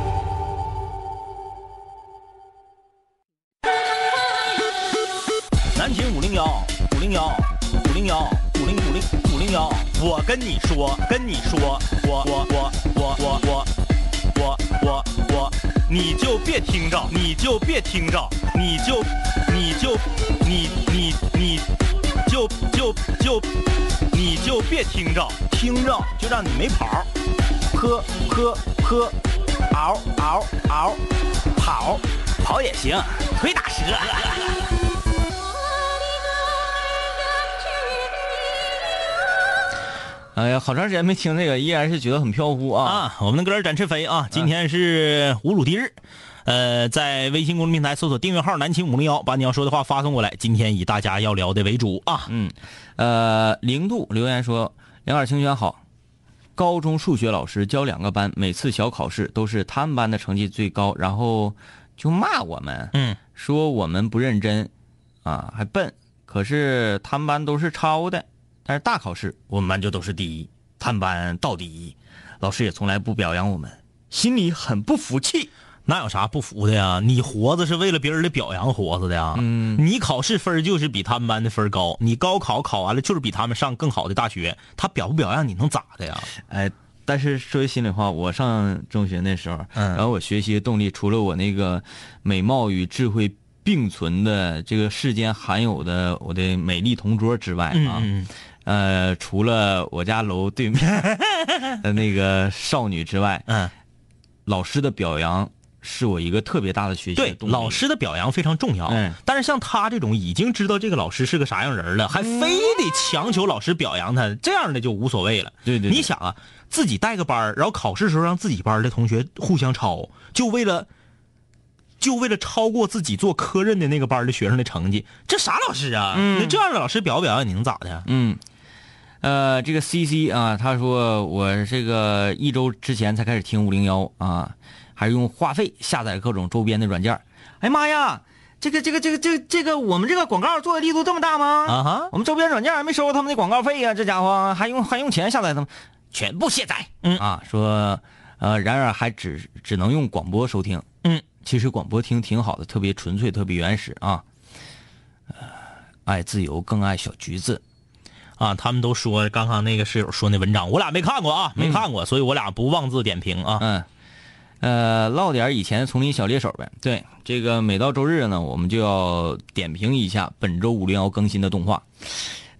Speaker 4: 南秦五零幺五零幺五零幺五零五零五零幺，我跟你说，跟你说，我我我我我我我我我，你就别听着，你就别听着，你就你就你你你就就就你就别听着，听着就让你没跑儿，喝喝喝，嗷嗷嗷，跑跑也行，腿打折。
Speaker 3: 哎呀，好长时间没听这个，依然是觉得很飘忽啊。
Speaker 4: 啊，我们的歌儿展翅飞啊，今天是无鲁地日。呃，在微信公众平台搜索订阅号“南青五零幺”，把你要说的话发送过来。今天以大家要聊的为主啊。
Speaker 3: 嗯，呃，零度留言说：“两耳清泉好，高中数学老师教两个班，每次小考试都是他们班的成绩最高，然后就骂我们，
Speaker 4: 嗯，
Speaker 3: 说我们不认真，啊，还笨。可是他们班都是抄的，但是大考试我们班就都是第一，他们班倒第一，老师也从来不表扬我们，心里很不服气。
Speaker 4: 那有啥不服的呀？你活着是为了别人的表扬活着的呀。嗯，你考试分儿就是比他们班的分儿高，你高考考完了就是比他们上更好的大学，他表不表扬你能咋的呀？
Speaker 3: 哎，但是说句心里话，我上中学那时候，
Speaker 4: 嗯
Speaker 3: 然后我学习的动力除了我那个美貌与智慧并存的这个世间罕有的我的美丽同桌之外啊，
Speaker 4: 嗯
Speaker 3: 呃，除了我家楼对面的那个少女之外，
Speaker 4: 嗯，
Speaker 3: 老师的表扬是我一个特别大的学习的
Speaker 4: 对，
Speaker 3: 动力。
Speaker 4: 老师的表扬非常重要。
Speaker 3: 嗯
Speaker 4: 但是像他这种已经知道这个老师是个啥样人了，还
Speaker 3: 嗯
Speaker 4: 非得强求老师表扬他，这样的就无所谓了。
Speaker 3: 对对对
Speaker 4: 你想啊，自己带个班儿然后考试时候让自己班儿的同学互相抄，就为了。就为了超过自己做科任的那个班儿的学生的成绩，这啥老师啊？那这样的老师表不表扬你能咋的呀？
Speaker 3: 嗯，呃，这个 C C 啊，他说我这个一周之前才开始听五零幺啊，还是用话费下载各种周边的软件儿。哎呀妈呀，这个这个这个这个这个我们这个广告做的力度这么大吗？
Speaker 4: 啊哈
Speaker 3: 我们周边软件还没收过他们的广告费呀、这家伙还用还用钱下载他们，全部卸载。
Speaker 4: 嗯
Speaker 3: 啊，说呃，然而还只只能用广播收听。
Speaker 4: 嗯，
Speaker 3: 其实广播听挺好的，特别纯粹，特别原始啊。呃爱自由，更爱小橘子。
Speaker 4: 啊，他们都说刚刚那个室友说那文章，我俩没看过啊，没看过，所以我俩不妄自点评啊。
Speaker 3: 嗯，呃，唠点儿以前的丛林小猎手呗。对，这个每到周日呢，我们就要点评一下本周五零幺更新的动画。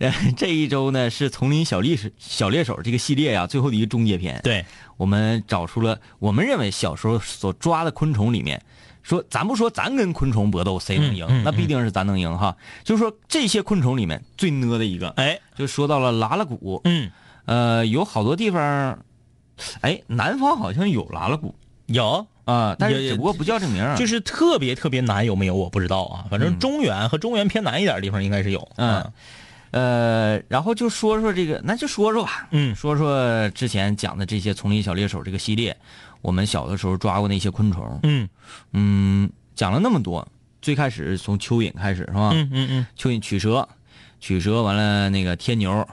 Speaker 3: 呃，这一周呢是丛林小猎手小猎手这个系列呀、啊最后的一个终结篇。，
Speaker 4: 对，
Speaker 3: 我们找出了我们认为小时候所抓的昆虫里面，说咱不说咱跟昆虫搏斗谁能赢，
Speaker 4: 嗯嗯
Speaker 3: 那必定是咱能赢哈。就是说这些昆虫里面最呢的一个，
Speaker 4: 哎，
Speaker 3: 就说到了拉拉骨。
Speaker 4: 嗯，
Speaker 3: 呃，有好多地方，哎，南方好像有拉拉骨
Speaker 4: 有，
Speaker 3: 啊、但
Speaker 4: 也
Speaker 3: 是只不过不叫这名儿。啊
Speaker 4: 就是是特别特别难，有没有我不知道啊。反正中原和中原偏南一点的地方应该是有。
Speaker 3: 嗯，呃，然后就说说这个，那就说说吧，
Speaker 4: 嗯
Speaker 3: 说说之前讲的这些《丛林小猎手》这个系列，我们小的时候抓过那些昆虫。
Speaker 4: 嗯
Speaker 3: 嗯，讲了那么多，最开始从蚯蚓开始是吧？
Speaker 4: 嗯嗯嗯
Speaker 3: 蚯蚓、曲蛇、曲蛇，完了那个天牛、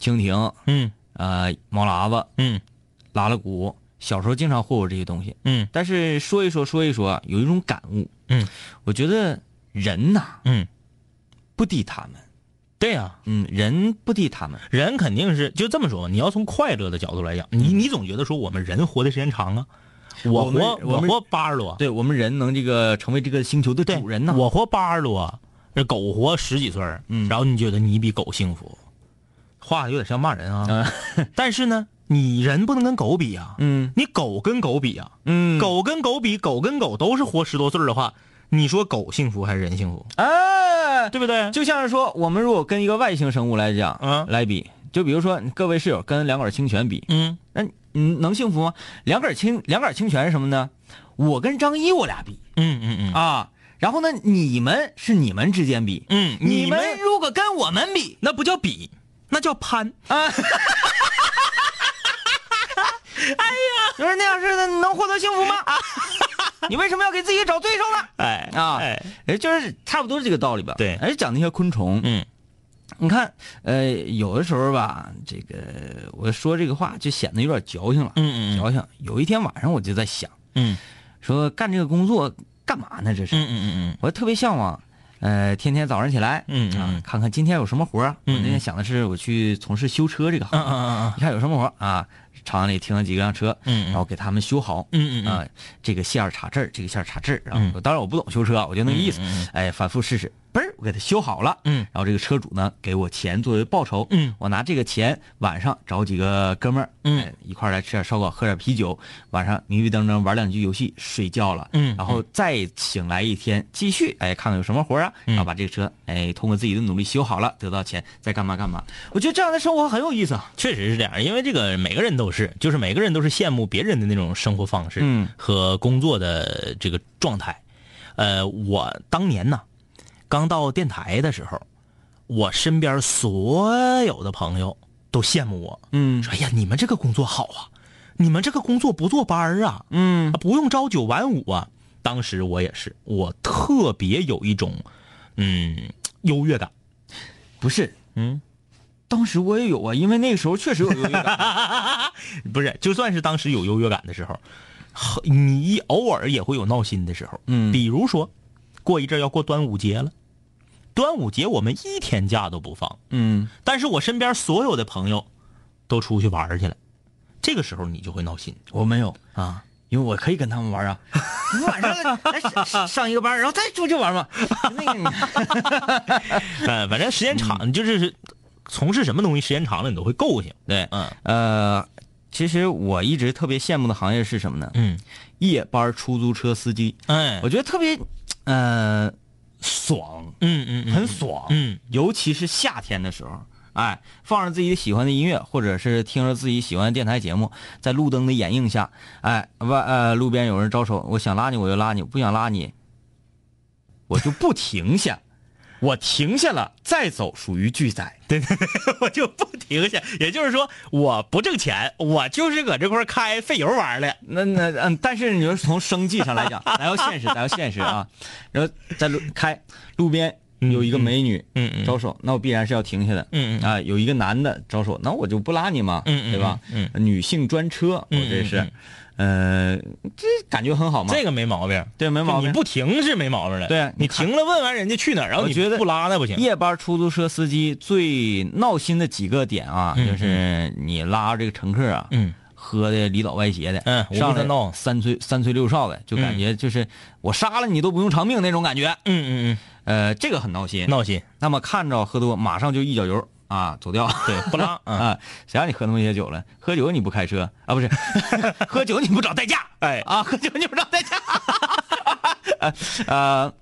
Speaker 3: 蜻蜓，
Speaker 4: 嗯
Speaker 3: 呃，毛喇叭、
Speaker 4: 嗯
Speaker 3: 拉拉骨，小时候经常会有这些东西。
Speaker 4: 嗯
Speaker 3: 但是说一说说一说，啊有一种感悟，
Speaker 4: 嗯，
Speaker 3: 我觉得人呐、
Speaker 4: 嗯，
Speaker 3: 不敌他们，
Speaker 4: 对呀、
Speaker 3: 嗯，人不敌他们，
Speaker 4: 人肯定是就这么说吧。你要从快乐的角度来讲，你你总觉得说我们人活的时间长啊，
Speaker 3: 嗯
Speaker 4: 我
Speaker 3: 我们
Speaker 4: 活
Speaker 3: 我们
Speaker 4: 活八十多，
Speaker 3: 对我们人能这个成为这个星球的
Speaker 4: 对
Speaker 3: 主人呐，
Speaker 4: 我活八十多，这狗活十几岁儿，
Speaker 3: 嗯
Speaker 4: 然后你觉得你比狗幸福，话有点像骂人啊，但是呢，你人不能跟狗比啊，
Speaker 3: 嗯
Speaker 4: 你狗跟狗比啊，
Speaker 3: 嗯，
Speaker 4: 狗跟狗比，狗跟狗都是活十多岁儿的话，你说狗幸福还是人幸福？
Speaker 3: 哎，
Speaker 4: 对不对？
Speaker 3: 就像是说，我们如果跟一个外星生物来讲，
Speaker 4: 嗯
Speaker 3: 来比，就比如说各位室友跟两管清泉比，
Speaker 4: 嗯
Speaker 3: 那你能幸福吗？两管清两管清泉是什么呢？我跟张一我俩比
Speaker 4: 嗯嗯嗯
Speaker 3: 啊，然后呢，你们是你们之间比，
Speaker 4: 嗯，
Speaker 3: 你
Speaker 4: 们
Speaker 3: 们如果跟我们比，
Speaker 4: 那不叫比，那叫攀。
Speaker 3: 就是那样式的，你能获得幸 福吗？你为什么要给自己找罪受呢？
Speaker 4: 哎
Speaker 3: 啊
Speaker 4: 哎，
Speaker 3: 哎，就是差不多是这个道理吧。
Speaker 4: 对
Speaker 3: 哎，讲那些昆虫，
Speaker 4: 嗯
Speaker 3: 你看，呃，有的时候吧，这个我说这个话就显得有点矫情了。
Speaker 4: 嗯嗯嗯
Speaker 3: 矫情。有一天晚上我就在想，
Speaker 4: 嗯
Speaker 3: 说干这个工作干嘛呢？这是，
Speaker 4: 嗯嗯嗯
Speaker 3: 我特别向往，呃，天天早上起来，
Speaker 4: 嗯嗯
Speaker 3: 啊，看看今天有什么活儿啊。
Speaker 4: 嗯
Speaker 3: 我那天想的是，我去从事修车这个行业，
Speaker 4: 嗯
Speaker 3: 你看有什么活儿啊？厂里停了几辆车，
Speaker 4: 嗯嗯
Speaker 3: 然后给他们修好，
Speaker 4: 嗯嗯嗯
Speaker 3: 啊，这个线儿插这儿，这个线儿插这儿，然
Speaker 4: 嗯
Speaker 3: 后当然我不懂修车啊，我就那个意思，哎，反复试试，嘣儿，我给他修好了，
Speaker 4: 嗯，
Speaker 3: 然后这个车主呢给我钱作为报酬，
Speaker 4: 嗯，
Speaker 3: 我拿这个钱晚上找几个哥们儿，
Speaker 4: 嗯
Speaker 3: 哎，一块儿来吃点烧烤，喝点啤酒，晚上迷迷瞪瞪玩两局游戏，睡觉了，
Speaker 4: 嗯
Speaker 3: 然后再醒来一天继续，哎，看看有什么活儿啊，
Speaker 4: 嗯
Speaker 3: 然后把这个车，哎，通过自己的努力修好了，得到钱，再干嘛干嘛，我觉得这样的生活很有意思啊，
Speaker 4: 确实是这样，因为这个每个人都是，就是每个人都是羡慕别人的那种生活方式
Speaker 3: 嗯
Speaker 4: 和工作的这个状态。呃，我当年呢，刚到电台的时候，我身边所有的朋友都羡慕我，
Speaker 3: 嗯
Speaker 4: 说：“哎呀，你们这个工作好啊，你们这个工作不坐班儿啊，
Speaker 3: 嗯
Speaker 4: 啊不用朝九晚五啊。”当时我也是，我特别有一种嗯优越感。
Speaker 3: 不是，
Speaker 4: 嗯，
Speaker 3: 当时我也有啊，因为那个时候确实有优越感。
Speaker 4: 不是，就算是当时有优越感的时候，呵你偶尔也会有闹心的时候。
Speaker 3: 嗯
Speaker 4: 比如说，过一阵儿要过端午节了，端午节我们一天假都不放，
Speaker 3: 嗯
Speaker 4: 但是我身边所有的朋友都出去玩儿去了，这个时候你就会闹心，
Speaker 3: 我没有
Speaker 4: 啊，
Speaker 3: 因为我可以跟他们玩啊。你 晚上来上上一个班，然后再出去玩嘛。那个，
Speaker 4: 呃，反正时间
Speaker 3: 嗯
Speaker 4: 长，就是从事什么东西时间长了，你都会够性。
Speaker 3: 对
Speaker 4: 嗯
Speaker 3: 呃，其实我一直特别羡慕的行业是什么呢？
Speaker 4: 嗯，
Speaker 3: 夜班出租车司机，
Speaker 4: 哎
Speaker 3: 我，觉得特别，呃，爽，
Speaker 4: 嗯嗯嗯，
Speaker 3: 很爽。
Speaker 4: 嗯，
Speaker 3: 尤其是夏天的时候。哎，放着自己喜欢的音乐，或者是听着自己喜欢的电台节目，在路灯的掩映下，哎，外呃路边有人招手，我想拉你我就拉你，不想拉你，我就不停下， 我停下了再走属于拒载。
Speaker 4: 我就不停下。也就是说，我不挣钱，我就是搁这块儿开费油玩儿的。
Speaker 3: 那那嗯，但是你说从生计上来 讲，咱要现实，咱要现实啊。然后在路开路边有一个美女，
Speaker 4: 嗯嗯
Speaker 3: 招手，那我必然是要停下的，
Speaker 4: 嗯嗯
Speaker 3: 啊、有一个男的招手，那我就不拉你嘛，
Speaker 4: 嗯嗯
Speaker 3: 对吧？
Speaker 4: 嗯
Speaker 3: 女性专车，我这是，呃，这感觉很好嘛。
Speaker 4: 这个没毛病，
Speaker 3: 对没毛病
Speaker 4: 就你不停是没毛病的。
Speaker 3: 对啊
Speaker 4: 你停了问完人家去哪儿，然后
Speaker 3: 我
Speaker 4: 你
Speaker 3: 觉得
Speaker 4: 不拉那不行。
Speaker 3: 夜班出租车司机最闹心的几个点啊，
Speaker 4: 嗯
Speaker 3: 就是你拉这个乘客啊，
Speaker 4: 嗯，
Speaker 3: 喝的里倒歪斜的，
Speaker 4: 嗯
Speaker 3: 上
Speaker 4: 无
Speaker 3: 来
Speaker 4: 故闹
Speaker 3: 三催三催六少的，
Speaker 4: 嗯
Speaker 3: 就感觉就是我杀了你都不用偿命那种感觉。
Speaker 4: 嗯嗯
Speaker 3: 呃，这个很闹心
Speaker 4: 嗯，。闹心，
Speaker 3: 那么看着喝多，马上就一脚油啊，走掉。
Speaker 4: 对，不拉啊。
Speaker 3: 啊，谁让你喝那么些酒了？喝酒你不开车啊？不是， 喝酒你不找代驾？
Speaker 4: 哎
Speaker 3: 啊，喝酒你不找代驾？ 呃，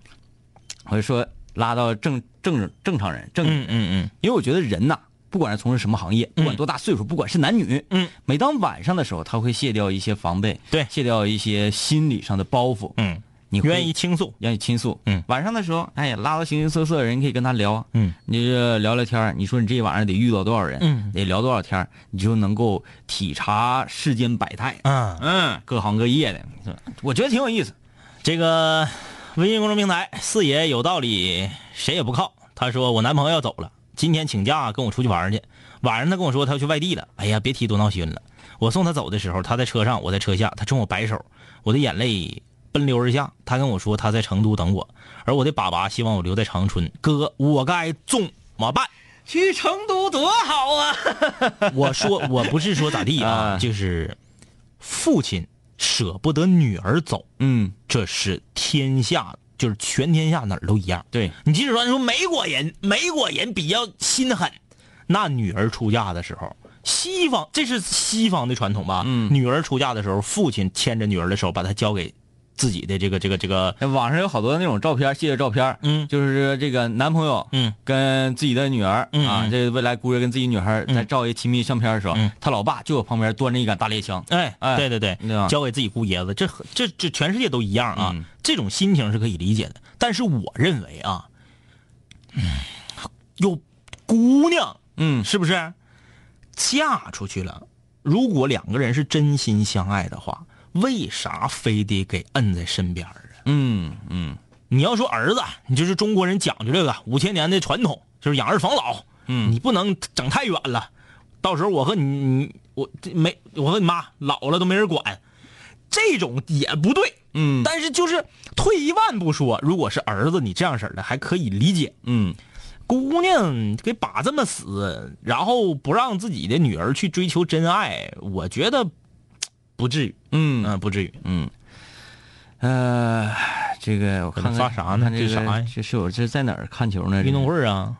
Speaker 3: 我就说拉到正正正常人正，
Speaker 4: 嗯嗯
Speaker 3: 因为我觉得人呐、不管是从事什么行业，不管多大岁数，不管是男女，
Speaker 4: 嗯，
Speaker 3: 每当晚上的时候，他会卸掉一些防备，
Speaker 4: 对
Speaker 3: 卸掉一些心理上的包袱，
Speaker 4: 嗯
Speaker 3: 你
Speaker 4: 嗯，
Speaker 3: 会
Speaker 4: 愿意倾诉。
Speaker 3: 让你倾诉。
Speaker 4: 嗯
Speaker 3: 晚上的时候，哎，拉到形形色色的人，你可以跟他聊。
Speaker 4: 嗯，
Speaker 3: 你这聊聊天儿你说你这一晚上得遇到多少人？
Speaker 4: 嗯
Speaker 3: 得聊多少天儿你就能够体察世间百态。
Speaker 4: 啊，
Speaker 3: 嗯，各行各业的，你说我觉得挺有意思。
Speaker 4: 这个微信公众平台四爷有道理，谁也不靠。他说我男朋友要走了，今天请假跟我出去玩去。晚上他跟我说他要去外地了，哎呀，别提多闹心了。我送他走的时候，他在车上，我在车下，他冲我摆手，我的眼泪奔流而下。他跟我说他在成都等我，而我的粑粑希望我留在长春。哥，我该怎么办？
Speaker 3: 去成都多好啊！
Speaker 4: 我说我不是说咋地啊，
Speaker 3: 啊
Speaker 4: 就是父亲舍不得女儿走，
Speaker 3: 嗯，
Speaker 4: 这是天下，就是全天下哪儿都一样。
Speaker 3: 对，
Speaker 4: 你即使说你说美国人，美国人比较心狠，那女儿出嫁的时候，西方这是西方的传统吧？
Speaker 3: 嗯
Speaker 4: 女儿出嫁的时候，父亲牵着女儿的手，把她交给自己的这个这个这个，
Speaker 3: 那网上有好多那种照片，系列照片，
Speaker 4: 嗯
Speaker 3: 就是这个男朋友，
Speaker 4: 嗯，
Speaker 3: 跟自己的女儿，
Speaker 4: 嗯
Speaker 3: 啊，
Speaker 4: 嗯
Speaker 3: 这未来姑爷跟自己女孩在照一亲密相片的时候，
Speaker 4: 嗯
Speaker 3: 他老爸就我旁边端着一杆大猎枪，
Speaker 4: 哎
Speaker 3: 哎
Speaker 4: 对对对，
Speaker 3: 对吧
Speaker 4: 交给自己姑爷子，这很这这全世界都一样啊，
Speaker 3: 嗯
Speaker 4: 这种心情是可以理解的。但是我认为啊，嗯、有姑娘
Speaker 3: 嗯，
Speaker 4: 是不是？嫁出去了，如果两个人是真心相爱的话，为啥非得给摁在身边儿啊？
Speaker 3: 嗯嗯
Speaker 4: 你要说儿子，你就是中国人讲究这个五千年的传统，就是养儿防老。
Speaker 3: 嗯
Speaker 4: 你不能整太远了，到时候我和你你我这没我和你妈老了都没人管，这种也不对。
Speaker 3: 嗯
Speaker 4: 但是就是退一万步说，如果是儿子，你这样式儿的还可以理解。
Speaker 3: 嗯，
Speaker 4: 姑娘给把这么死，然后不让自己的女儿去追求真爱，我觉得不至于，
Speaker 3: 嗯
Speaker 4: 嗯，不至于。
Speaker 3: 呃，这个我
Speaker 4: 搁
Speaker 3: 看
Speaker 4: 那
Speaker 3: 看
Speaker 4: 发啥呢
Speaker 3: 看这个
Speaker 4: 这啥呀
Speaker 3: 这是我这在哪儿看球呢？
Speaker 4: 运动会啊，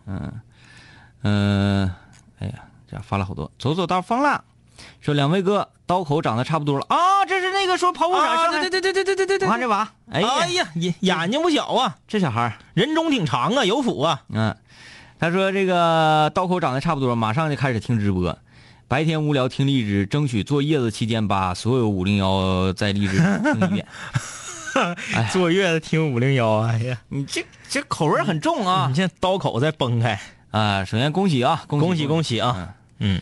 Speaker 3: 嗯，哎呀，这样发了好多。走走道方啦，说两位哥刀口长得差不多了啊，这是那个说跑步场上的、
Speaker 4: 啊对对对对对对对
Speaker 3: 我看这娃，哎呀，
Speaker 4: 哎呀，眼眼睛不小啊，
Speaker 3: 这小孩儿，
Speaker 4: 人中挺长啊，有腹啊，
Speaker 3: 嗯，他说这个刀口长得差不多，马上就开始听直播。白天无聊听荔枝，争取做叶子期间把所有五零幺在荔枝听一遍。
Speaker 4: 坐月子听五零幺，哎呀，
Speaker 3: 你这这口味很重啊
Speaker 4: 你！现在刀口再崩开，
Speaker 3: 啊，首先恭喜啊，恭喜
Speaker 4: 恭喜恭
Speaker 3: 喜！
Speaker 4: 喜啊，嗯，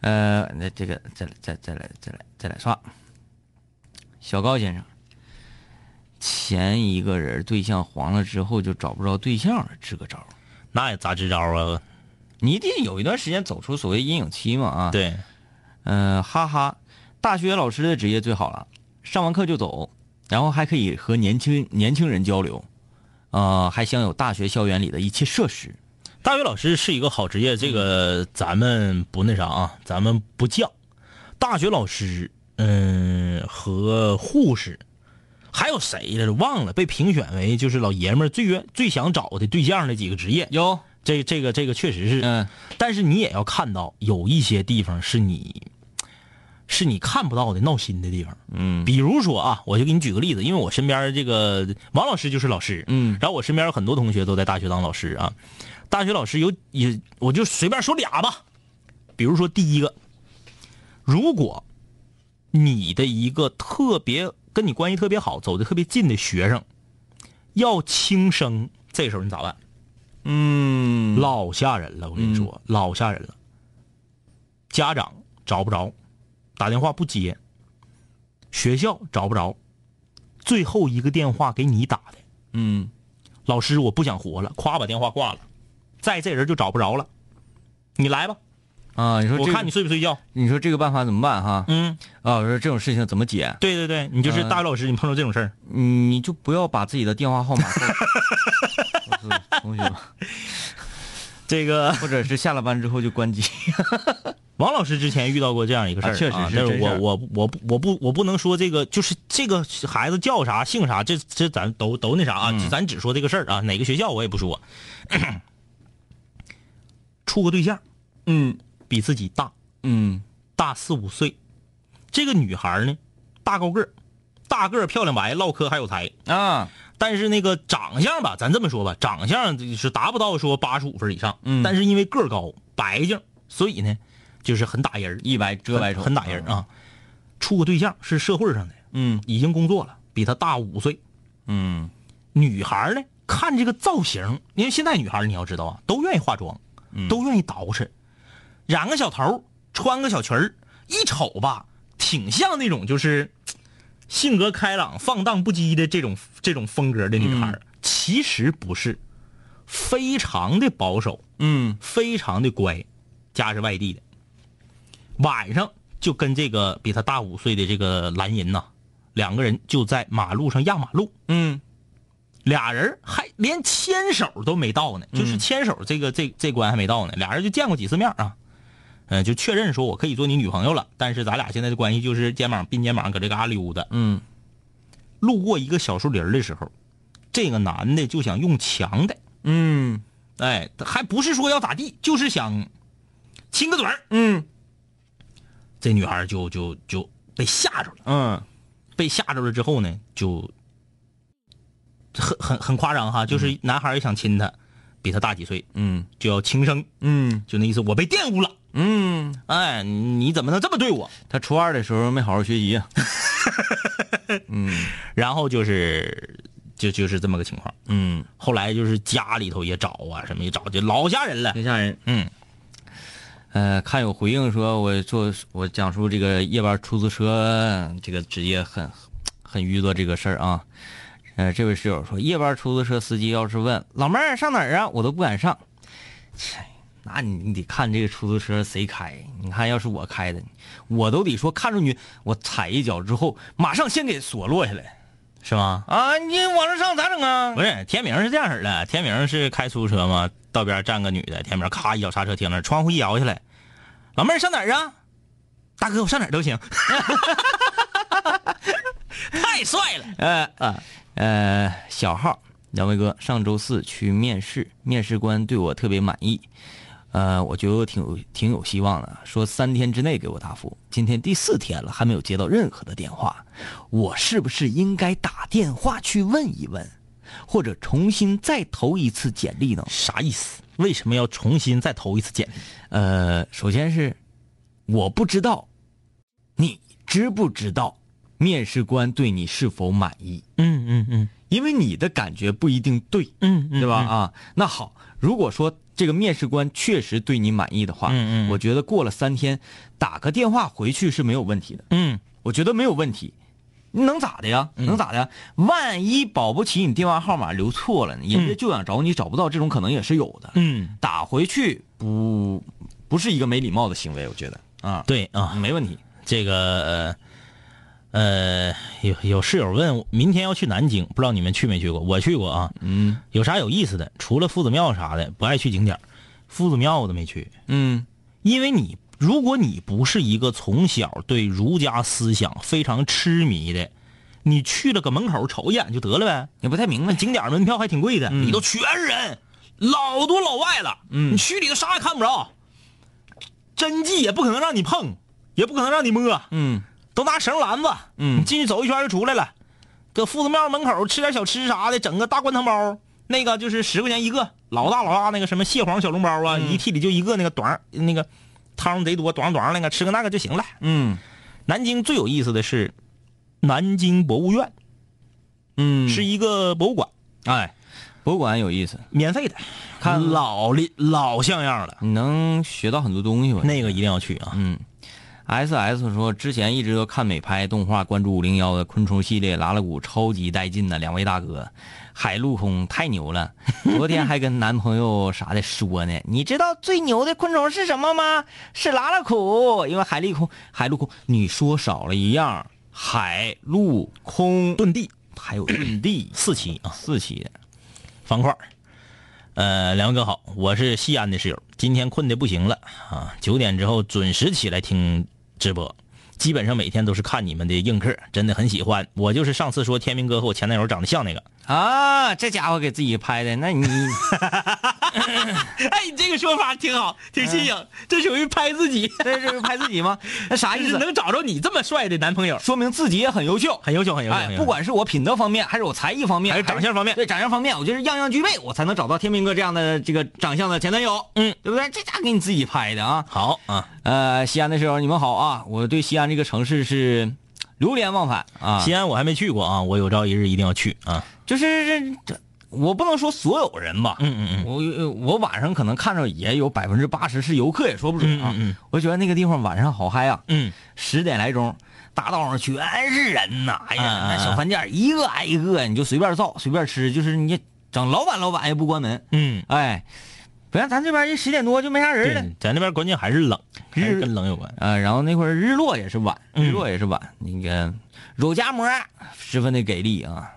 Speaker 3: 呃，那这个再来再再来再来再来刷，小高先生，前一个人对象黄了之后就找不着对象了，支个招儿。
Speaker 4: 那也咋支招啊？
Speaker 3: 你一定有一段时间走出所谓阴影期嘛啊？，
Speaker 4: 对，
Speaker 3: 嗯、哈哈，大学老师的职业最好了，上完课就走，然后还可以和年轻年轻人交流，呃，还享有大学校园里的一切设施。
Speaker 4: 大学老师是一个好职业，这个咱们不那啥啊，咱们不犟。大学老师，嗯，和护士，还有谁来着？忘了，被评选为就是老爷们儿最愿最想找的对象的几个职业。
Speaker 3: 有，
Speaker 4: 这这个这个确实是，
Speaker 3: 嗯
Speaker 4: 但是你也要看到有一些地方是你是你看不到的闹心的地方。
Speaker 3: 嗯
Speaker 4: 比如说啊，我就给你举个例子，因为我身边这个王老师就是老师，
Speaker 3: 嗯
Speaker 4: 然后我身边有很多同学都在大学当老师啊，大学老师有也我就随便说俩吧，比如说第一个，如果你的一个特别跟你关系特别好、走的特别近的学生要轻生，这时候你咋办？
Speaker 3: 嗯，
Speaker 4: 老吓人了，我跟你说，老吓人了。家长找不着，打电话不接，学校找不着，最后一个电话给你打的，
Speaker 3: 嗯
Speaker 4: 老师我不想活了，夸把电话挂了，再这人就找不着了，你来吧，
Speaker 3: 啊，你说
Speaker 4: 我
Speaker 3: 这个
Speaker 4: 看你睡不睡觉。
Speaker 3: 你说这个办法怎么办哈？
Speaker 4: 嗯，
Speaker 3: 啊，我说这种事情怎么解？
Speaker 4: 对对对，你就是大宇老师，你碰到这种事儿，
Speaker 3: 嗯你就不要把自己的电话号 码告诉告诉同学们，
Speaker 4: 这个
Speaker 3: 或者是下了班之后就关机。
Speaker 4: 王老师之前遇到过这样一个事儿、
Speaker 3: 啊确实是
Speaker 4: 但
Speaker 3: 真
Speaker 4: 是
Speaker 3: 事
Speaker 4: 我
Speaker 3: 儿
Speaker 4: 我我不我不我不能说这个，就是这个孩子叫啥姓啥，这这咱都都那啥
Speaker 3: 嗯
Speaker 4: 啊，咱只说这个事儿啊，哪个学校我也不说。处个对象
Speaker 3: 嗯
Speaker 4: 比自己大
Speaker 3: 嗯
Speaker 4: 大四五岁，这个女孩呢，大高个儿，大个儿漂亮白，唠嗑还有才，
Speaker 3: 啊
Speaker 4: 但是那个长相吧，咱这么说吧，长相是达不到说八十五分以上，
Speaker 3: 嗯
Speaker 4: 但是因为个儿高白净，所以呢，就是很打人儿，
Speaker 3: 一白遮百丑
Speaker 4: 很很打人儿啊。处个对象是社会上的，
Speaker 3: 嗯
Speaker 4: 已经工作了，比他大五岁。
Speaker 3: 嗯
Speaker 4: 女孩儿呢，看这个造型，因为现在女孩儿你要知道啊，都愿意化妆，
Speaker 3: 嗯
Speaker 4: 都愿意捯饬，染个小头儿，穿个小裙儿，一瞅吧，挺像那种就是性格开朗、放荡不羁的这种这种风格的女孩
Speaker 3: 嗯
Speaker 4: 儿，其实不是，非常的保守，
Speaker 3: 嗯
Speaker 4: 非常的乖，家是外地的，晚上就跟这个比他大五岁的这个蓝银呐、两个人就在马路上压马路。
Speaker 3: 嗯
Speaker 4: 俩人还连牵手都没到
Speaker 3: 嗯
Speaker 4: 呢，就是牵手这个这这关还没到呢，俩人就见过几次面啊，嗯、就确认说我可以做你女朋友了，但是咱俩现在的关系就是肩膀并肩膀搁这嘎溜达。
Speaker 3: 嗯
Speaker 4: 路过一个小树林儿的时候，这个男的就想用强的，
Speaker 3: 嗯
Speaker 4: 哎，他还不是说要咋地，就是想亲个嘴儿。
Speaker 3: 嗯
Speaker 4: 这女孩就就就被吓着了，
Speaker 3: 嗯
Speaker 4: 被吓着了之后呢，就很很很夸张哈，就是男孩也想亲她，比她大几岁，
Speaker 3: 嗯
Speaker 4: 就要轻声，
Speaker 3: 嗯
Speaker 4: 就那意思，我被玷污了。
Speaker 3: 嗯，
Speaker 4: 哎，你怎么能这么对我？
Speaker 3: 他初二的时候没好好学习呀。
Speaker 4: 然后就是，就就是这么个情况。
Speaker 3: 嗯，
Speaker 4: 后来就是家里头也找啊，什么也找，就老吓人了。
Speaker 3: 挺吓人。
Speaker 4: 嗯，
Speaker 3: 呃，看有回应说，我做我讲述这个夜班出租车这个职业很很遇到这个事儿啊。呃，这位室友说，夜班出租车司机要是问老妹儿上哪儿啊，我都不敢上。切，那你得看这个出租车谁开。你看，要是我开的，我都得说看着你，我踩一脚之后，马上先给锁落下来
Speaker 4: 是吗？
Speaker 3: 啊！你往上上咋整啊？
Speaker 4: 不是，天明是这样式的，天明是开出租车嘛，道边站个女的，天明咔一脚刹车停那儿，窗户一摇下来，老妹儿上哪儿啊？大哥，我上哪儿 都行。太帅了，
Speaker 3: 呃啊呃，小号，两位哥，上周四去面试，面试官对我特别满意，呃，我觉得我挺有挺有希望的，说三天之内给我答复。今天第四天了，还没有接到任何的电话，我是不是应该打电话去问一问，或者重新再投一次简历呢？
Speaker 4: 啥意思？为什么要重新再投一次简历？
Speaker 3: 呃，首先是我不知道你知不知道面试官对你是否满意。
Speaker 4: 嗯嗯嗯
Speaker 3: 因为你的感觉不一定对，
Speaker 4: 嗯
Speaker 3: 对吧？？啊，那好，如果说这个面试官确实对你满意的话，
Speaker 4: 嗯嗯
Speaker 3: 我觉得过了三天打个电话回去是没有问题的，
Speaker 4: 嗯，
Speaker 3: 我觉得没有问题。能咋的呀？能咋的呀？万一保不齐你电话号码留错了呢？人家就想找你找不到，这种可能也是有的。
Speaker 4: 嗯，
Speaker 3: 打回去不不是一个没礼貌的行为，我觉得啊，
Speaker 4: 对啊，
Speaker 3: 没问题。
Speaker 4: 这个呃，呃有有室友问，明天要去南京，不知道你们去没去过？我去过啊。
Speaker 3: 嗯
Speaker 4: 有啥有意思的？除了夫子庙啥的，不爱去景点儿，夫子庙我都没去，
Speaker 3: 嗯
Speaker 4: 因为你如果你不是一个从小对儒家思想非常痴迷的，你去了搁门口瞅一眼就得了呗。
Speaker 3: 也不太明白。
Speaker 4: 景点儿门票还挺贵的，里头全是人，老多老外了，你去里头啥也看不着，真迹也不可能让你碰，也不可能让你摸，
Speaker 3: 嗯
Speaker 4: 都拿绳篮子，
Speaker 3: 嗯
Speaker 4: 你进去走一圈就出来了，搁夫子庙门口吃点小吃啥的，整个大灌汤包，那个就是十块钱一个，老大老大那个什么蟹黄小笼包啊，一屉里就一个那个短儿那个汤贼多，短短那个吃个那个就行了。
Speaker 3: 嗯
Speaker 4: 南京最有意思的是南京博物院，
Speaker 3: 嗯，
Speaker 4: 是一个博物馆，
Speaker 3: 哎，博物馆有意思。
Speaker 4: 免费的，
Speaker 3: 看
Speaker 4: 老厉老像样了，
Speaker 3: 嗯你能学到很多东西吧？
Speaker 4: 那个一定要去啊！
Speaker 3: 嗯， S S 说，之前一直都看美拍动画，关注五零幺的昆虫系列，拉拉鼓超级带劲呐！两位大哥，海陆空太牛 了。昨天还跟男朋友啥的说呢，你知道最牛的昆虫是什么吗？是拉拉苦，因为海陆空，海陆空，你说少了一样，海陆空
Speaker 4: 遁地
Speaker 3: 还有遁地
Speaker 4: 四期啊，
Speaker 3: 四期的，
Speaker 4: 方块儿。呃，两位哥好，我是西安的室友，今天困的不行了啊，九点之后准时起来听直播，基本上每天都是看你们的映客，真的很喜欢。我就是上次说天明哥和我前男友长得像那个，
Speaker 3: 啊，这家伙给自己拍的，那你
Speaker 4: 哎，你这个说法挺好，挺新颖，这属于拍自己，
Speaker 3: 嗯这是拍自己 吗？那啥意
Speaker 4: 就
Speaker 3: 思？
Speaker 4: 是能找着你这么帅的男朋友，
Speaker 3: 说明自己也很优秀，
Speaker 4: 很优秀，很优秀，很
Speaker 3: 哎，
Speaker 4: 优秀
Speaker 3: 不管是我品德方面，还是我才艺方面，
Speaker 4: 还是长相方面
Speaker 3: 对长相方面，我就是样样具备，我才能找到天明哥这样的这个长相的前男友，
Speaker 4: 嗯，
Speaker 3: 对不对？这家伙给你自己拍的啊。
Speaker 4: 好啊，
Speaker 3: 呃，西安的室友，你们好啊！我对西安这个城市是流连忘返啊，
Speaker 4: 西安我还没去过啊，我有朝一日一定要去啊，
Speaker 3: 就是这这，我不能说所有人吧，
Speaker 4: 嗯嗯嗯。
Speaker 3: 我有我晚上可能看着也有百分之八十是游客，也说不准啊。
Speaker 4: 嗯嗯嗯
Speaker 3: 我觉得那个地方晚上好嗨啊，
Speaker 4: 嗯，
Speaker 3: 十点来钟，大道上全是人呐，哎呀，
Speaker 4: 嗯嗯
Speaker 3: 那小饭店一个挨一个，你就随便造，随便吃，就是你整老板老板也不关门，
Speaker 4: 嗯，
Speaker 3: 哎，不像咱这边一十点多就没啥人了。
Speaker 4: 对，咱那边关键还是冷，还是跟冷有关。
Speaker 3: 呃，然后那会儿日落也是晚，
Speaker 4: 嗯
Speaker 3: 日落也是晚，那个肉夹馍啊十分的给力啊。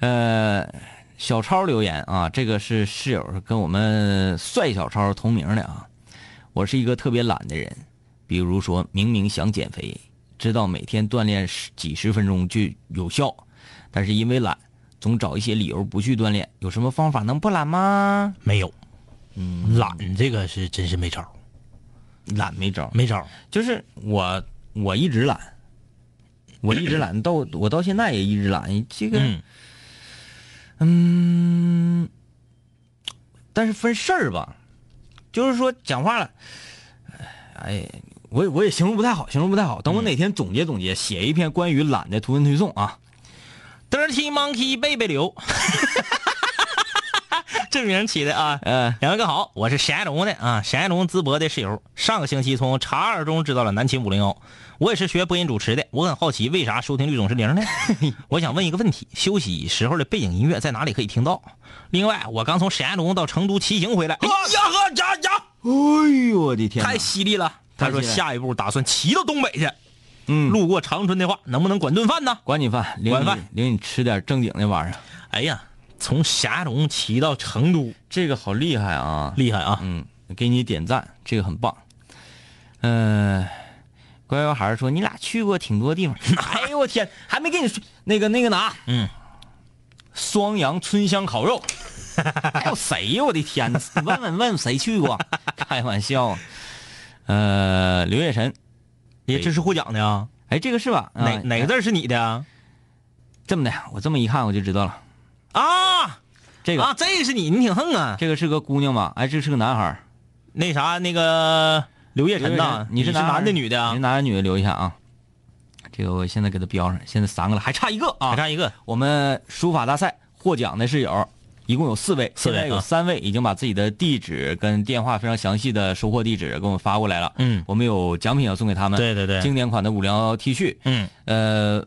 Speaker 3: 呃，小超留言啊，这个是室友跟我们帅小超同名的啊。我是一个特别懒的人，比如说明明想减肥，知道每天锻炼十几十分钟就有效，但是因为懒，总找一些理由不去锻炼。有什么方法能不懒吗？
Speaker 4: 没有，嗯，懒这个是真是没招儿，
Speaker 3: 懒没招儿。
Speaker 4: 没招儿。
Speaker 3: 就是我我一直懒，我一直懒到 我到现在也一直懒。这个
Speaker 4: 嗯
Speaker 3: 嗯但是分事儿吧，就是说讲话了，哎，我也我也形容不太好，形容不太好。等我哪天总结总结，写一篇关于懒的图文推送啊。
Speaker 4: ，Dirty Monkey 贝贝 流，这名儿起的啊。
Speaker 3: 呃，
Speaker 4: 两位哥好，我是沈爱龙的啊，沈爱龙淄博的室友。上个星期从查二中知道了南秦五零幺，我也是学播音主持的，我很好奇为啥收听率总是零 呢？我想问一个问题：休息时候的背景音乐在哪里可以听到？另外，我刚从沈爱龙到成都骑行回来，哎呀呵呀呀，
Speaker 3: 哎呦我的天哪，
Speaker 4: 太犀利了！他说
Speaker 3: 太犀利
Speaker 4: 下一步打算骑到东北去，
Speaker 3: 嗯，
Speaker 4: 路过长春的话，能不能管顿饭呢？
Speaker 3: 管你饭，领
Speaker 4: 管
Speaker 3: 你
Speaker 4: 饭
Speaker 3: 领你吃点正经的玩意儿，
Speaker 4: 哎呀，从霞龙骑到成都，
Speaker 3: 这个好厉害啊！
Speaker 4: 厉害啊！
Speaker 3: 嗯，给你点赞，这个很棒。嗯、乖乖孩儿说你俩去过挺多地方， 哎呦我天，还没跟你说那个那个哪，
Speaker 4: 嗯，
Speaker 3: 双阳春香烤 肉，还有谁呀？我的天呐，问问问谁去过？开玩笑啊。呃，刘月晨，
Speaker 4: 哎，这是获奖的啊，
Speaker 3: 哎，这个是吧？啊哎
Speaker 4: 哪哪个字儿是你的啊？
Speaker 3: 这么的？我这么一看我就知道了，
Speaker 4: 啊，
Speaker 3: 这个、
Speaker 4: 啊，这个是你，你挺横啊。
Speaker 3: 这个是个姑娘吧？哎，这是个男孩儿。
Speaker 4: 那啥，那个刘烨
Speaker 3: 晨
Speaker 4: 晨呐，
Speaker 3: 你
Speaker 4: 是
Speaker 3: 男
Speaker 4: 男的女的
Speaker 3: 你
Speaker 4: 啊
Speaker 3: 是？男的女的留一下啊。这个我现在给他标上，现在三个了，还差一个啊，
Speaker 4: 还差一个，
Speaker 3: 我们书法大赛获奖的室友，一共有四位，
Speaker 4: 四位
Speaker 3: 现在有
Speaker 4: 啊
Speaker 3: 三位已经把自己的地址跟电话非常详细的收货地址给我们发过来了。
Speaker 4: 嗯
Speaker 3: 我们有奖品要送给他们，
Speaker 4: 对对对
Speaker 3: 经典款的五零幺 T 恤。
Speaker 4: 嗯
Speaker 3: 呃，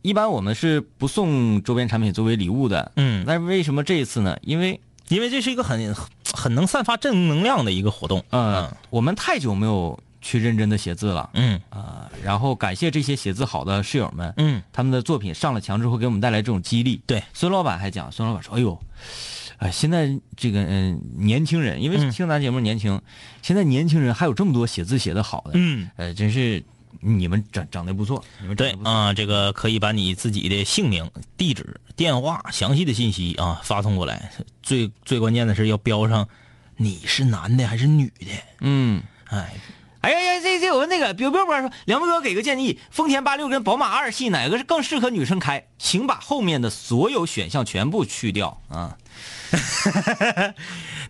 Speaker 3: 一般我们是不送周边产品作为礼物的。
Speaker 4: 嗯，
Speaker 3: 但是为什么这一次呢？因为
Speaker 4: 因为这是一个很很能散发正能量的一个活动。
Speaker 3: 呃，我们太久没有去认真的写字了
Speaker 4: 嗯
Speaker 3: 啊、然后感谢这些写字好的室友们，
Speaker 4: 嗯，
Speaker 3: 他们的作品上了墙之后，给我们带来这种激励。
Speaker 4: 对，
Speaker 3: 孙老板还讲，孙老板说：“哎呦，哎，现在这个嗯、年轻人，因为
Speaker 4: 嗯
Speaker 3: 听咱节目年轻，现在年轻人还有这么多写字写的好的，
Speaker 4: 嗯，
Speaker 3: 呃，真是你们整整的不错，你们整
Speaker 4: 对
Speaker 3: 得不错。
Speaker 4: 啊、这个可以把你自己的姓名、地址、电话、详细的信息啊发送过来。最最关键的是要标上你是男的还是女的。
Speaker 3: 嗯，
Speaker 4: 哎，
Speaker 3: 哎呀呀，这这我问那个 biu biu 说，梁博哥给个建议，丰田八六跟宝马二系哪个是更适合女生开？请把后面的所有选项全部去掉啊。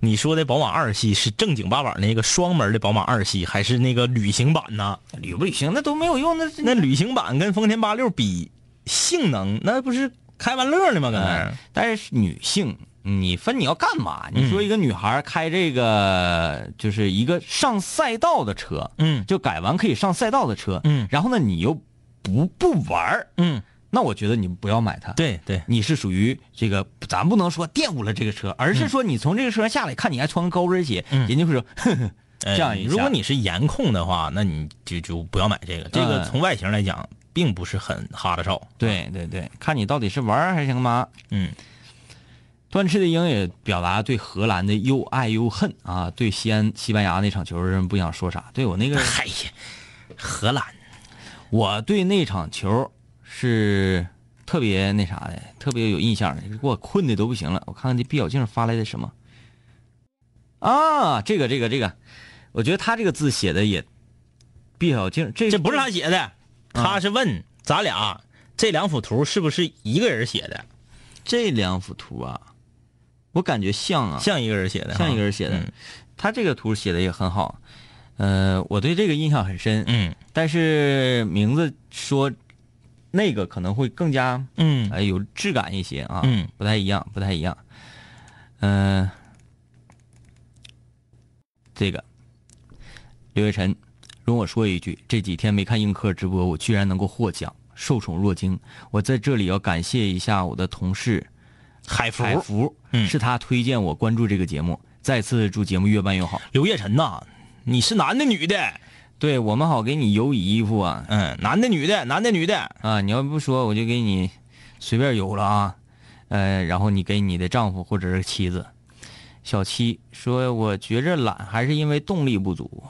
Speaker 4: 你说的宝马二系是正经八板那个双门的宝马二系，还是那个旅行版呢？
Speaker 3: 旅不旅行那都没有用，那是
Speaker 4: 那旅行版跟丰
Speaker 3: 哎
Speaker 4: 哎田八六比性能，那不是开玩乐呢吗？搁那儿
Speaker 3: 但是女性你分你要干嘛？你说一个女孩开这个就是一个上赛道的车，
Speaker 4: 嗯
Speaker 3: 就改完可以上赛道的车，
Speaker 4: 嗯
Speaker 3: 然后呢你又不不玩儿
Speaker 4: 嗯，
Speaker 3: 那我觉得你不要买它。，
Speaker 4: 对对，
Speaker 3: 你是属于这个，咱不能说玷污了这个
Speaker 4: 嗯
Speaker 3: 车，而是说你从这个车上下来，看你还穿个高跟鞋，人家会说， 呵呵，这样一下
Speaker 4: 如果你是颜控的话，那你就就不要买这个。这个
Speaker 3: 嗯
Speaker 4: 从外形来讲，并不是很哈的少。
Speaker 3: 对对对，看你到底是玩儿还是干嘛。
Speaker 4: 嗯
Speaker 3: 断翅的鹰也表达对荷兰的又爱又恨啊，对西安西班牙那场球真不想说啥。对我那 个，
Speaker 4: 嗨哎呀，荷兰，
Speaker 3: 我对那场球是特别那啥的，特别有印象的，给我困的都不行了。我看看这毕小静发来的什么啊？这个这个这个，我觉得他这个字写的也，毕小静这
Speaker 4: 这不是他写
Speaker 3: 啊
Speaker 4: 的，他是问咱俩这两幅图是不是一个人写的，
Speaker 3: 这两幅图啊，我感觉像啊，
Speaker 4: 像一个人写的哈，
Speaker 3: 像一个人写的。
Speaker 4: 嗯
Speaker 3: 他这个图写的也很好，呃，我对这个印象很深。
Speaker 4: 嗯
Speaker 3: 但是名字说那个可能会更加
Speaker 4: 嗯
Speaker 3: 哎有质感一些啊，
Speaker 4: 嗯
Speaker 3: 不太一样，不太一样。嗯、这个刘月晨，容我说一句，这几天没看映客直播，我居然能够获奖，受宠若惊。我在这里要感谢一下我的同事
Speaker 4: 海福
Speaker 3: 海福，
Speaker 4: 嗯
Speaker 3: 是他推荐我关注这个节目。再次祝节目越办越好。
Speaker 4: 刘烨晨呐，你是男的女的？
Speaker 3: 对我们好给你邮衣服啊，
Speaker 4: 嗯，男的女的，男的女的。
Speaker 3: 啊，你要不说我就给你随便邮了啊，呃，然后你给你的丈夫或者是妻子。小七说：“我觉着懒还是因为动力不足。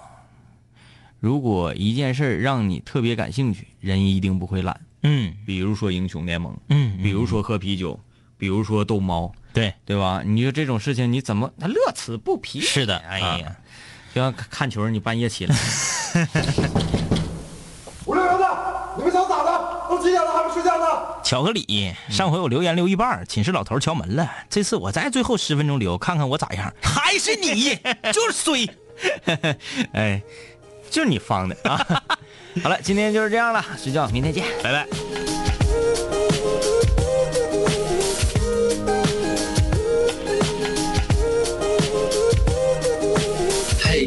Speaker 3: 如果一件事儿让你特别感兴趣，人一定不会懒。
Speaker 4: 嗯
Speaker 3: 比如说英雄联盟，
Speaker 4: 嗯
Speaker 3: 比如说喝啤酒，比如说逗猫，
Speaker 4: 对，
Speaker 3: 对吧？你说这种事情你怎么他乐此不疲？
Speaker 4: 是的
Speaker 3: 哎
Speaker 4: 啊
Speaker 3: 呀，就像看看球儿，你半夜起来
Speaker 6: 五六零的，你们想咋的？都几点了还不睡觉呢？
Speaker 4: 巧克力，上回我留言留一半儿，寝室老头敲门了。这次我在最后十分钟留，看看我咋样。还是你，就是衰。
Speaker 3: 哎，就是你放的啊。好了，今天就是这样了，睡觉，明天见，拜拜。
Speaker 5: 嘿，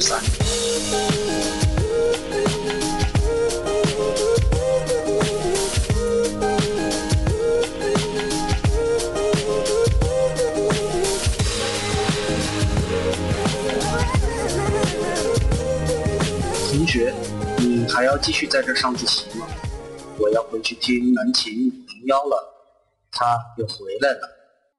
Speaker 5: 三。同学，你还要继续在这上自习吗？我要回去听南琴零幺了，他又回来了。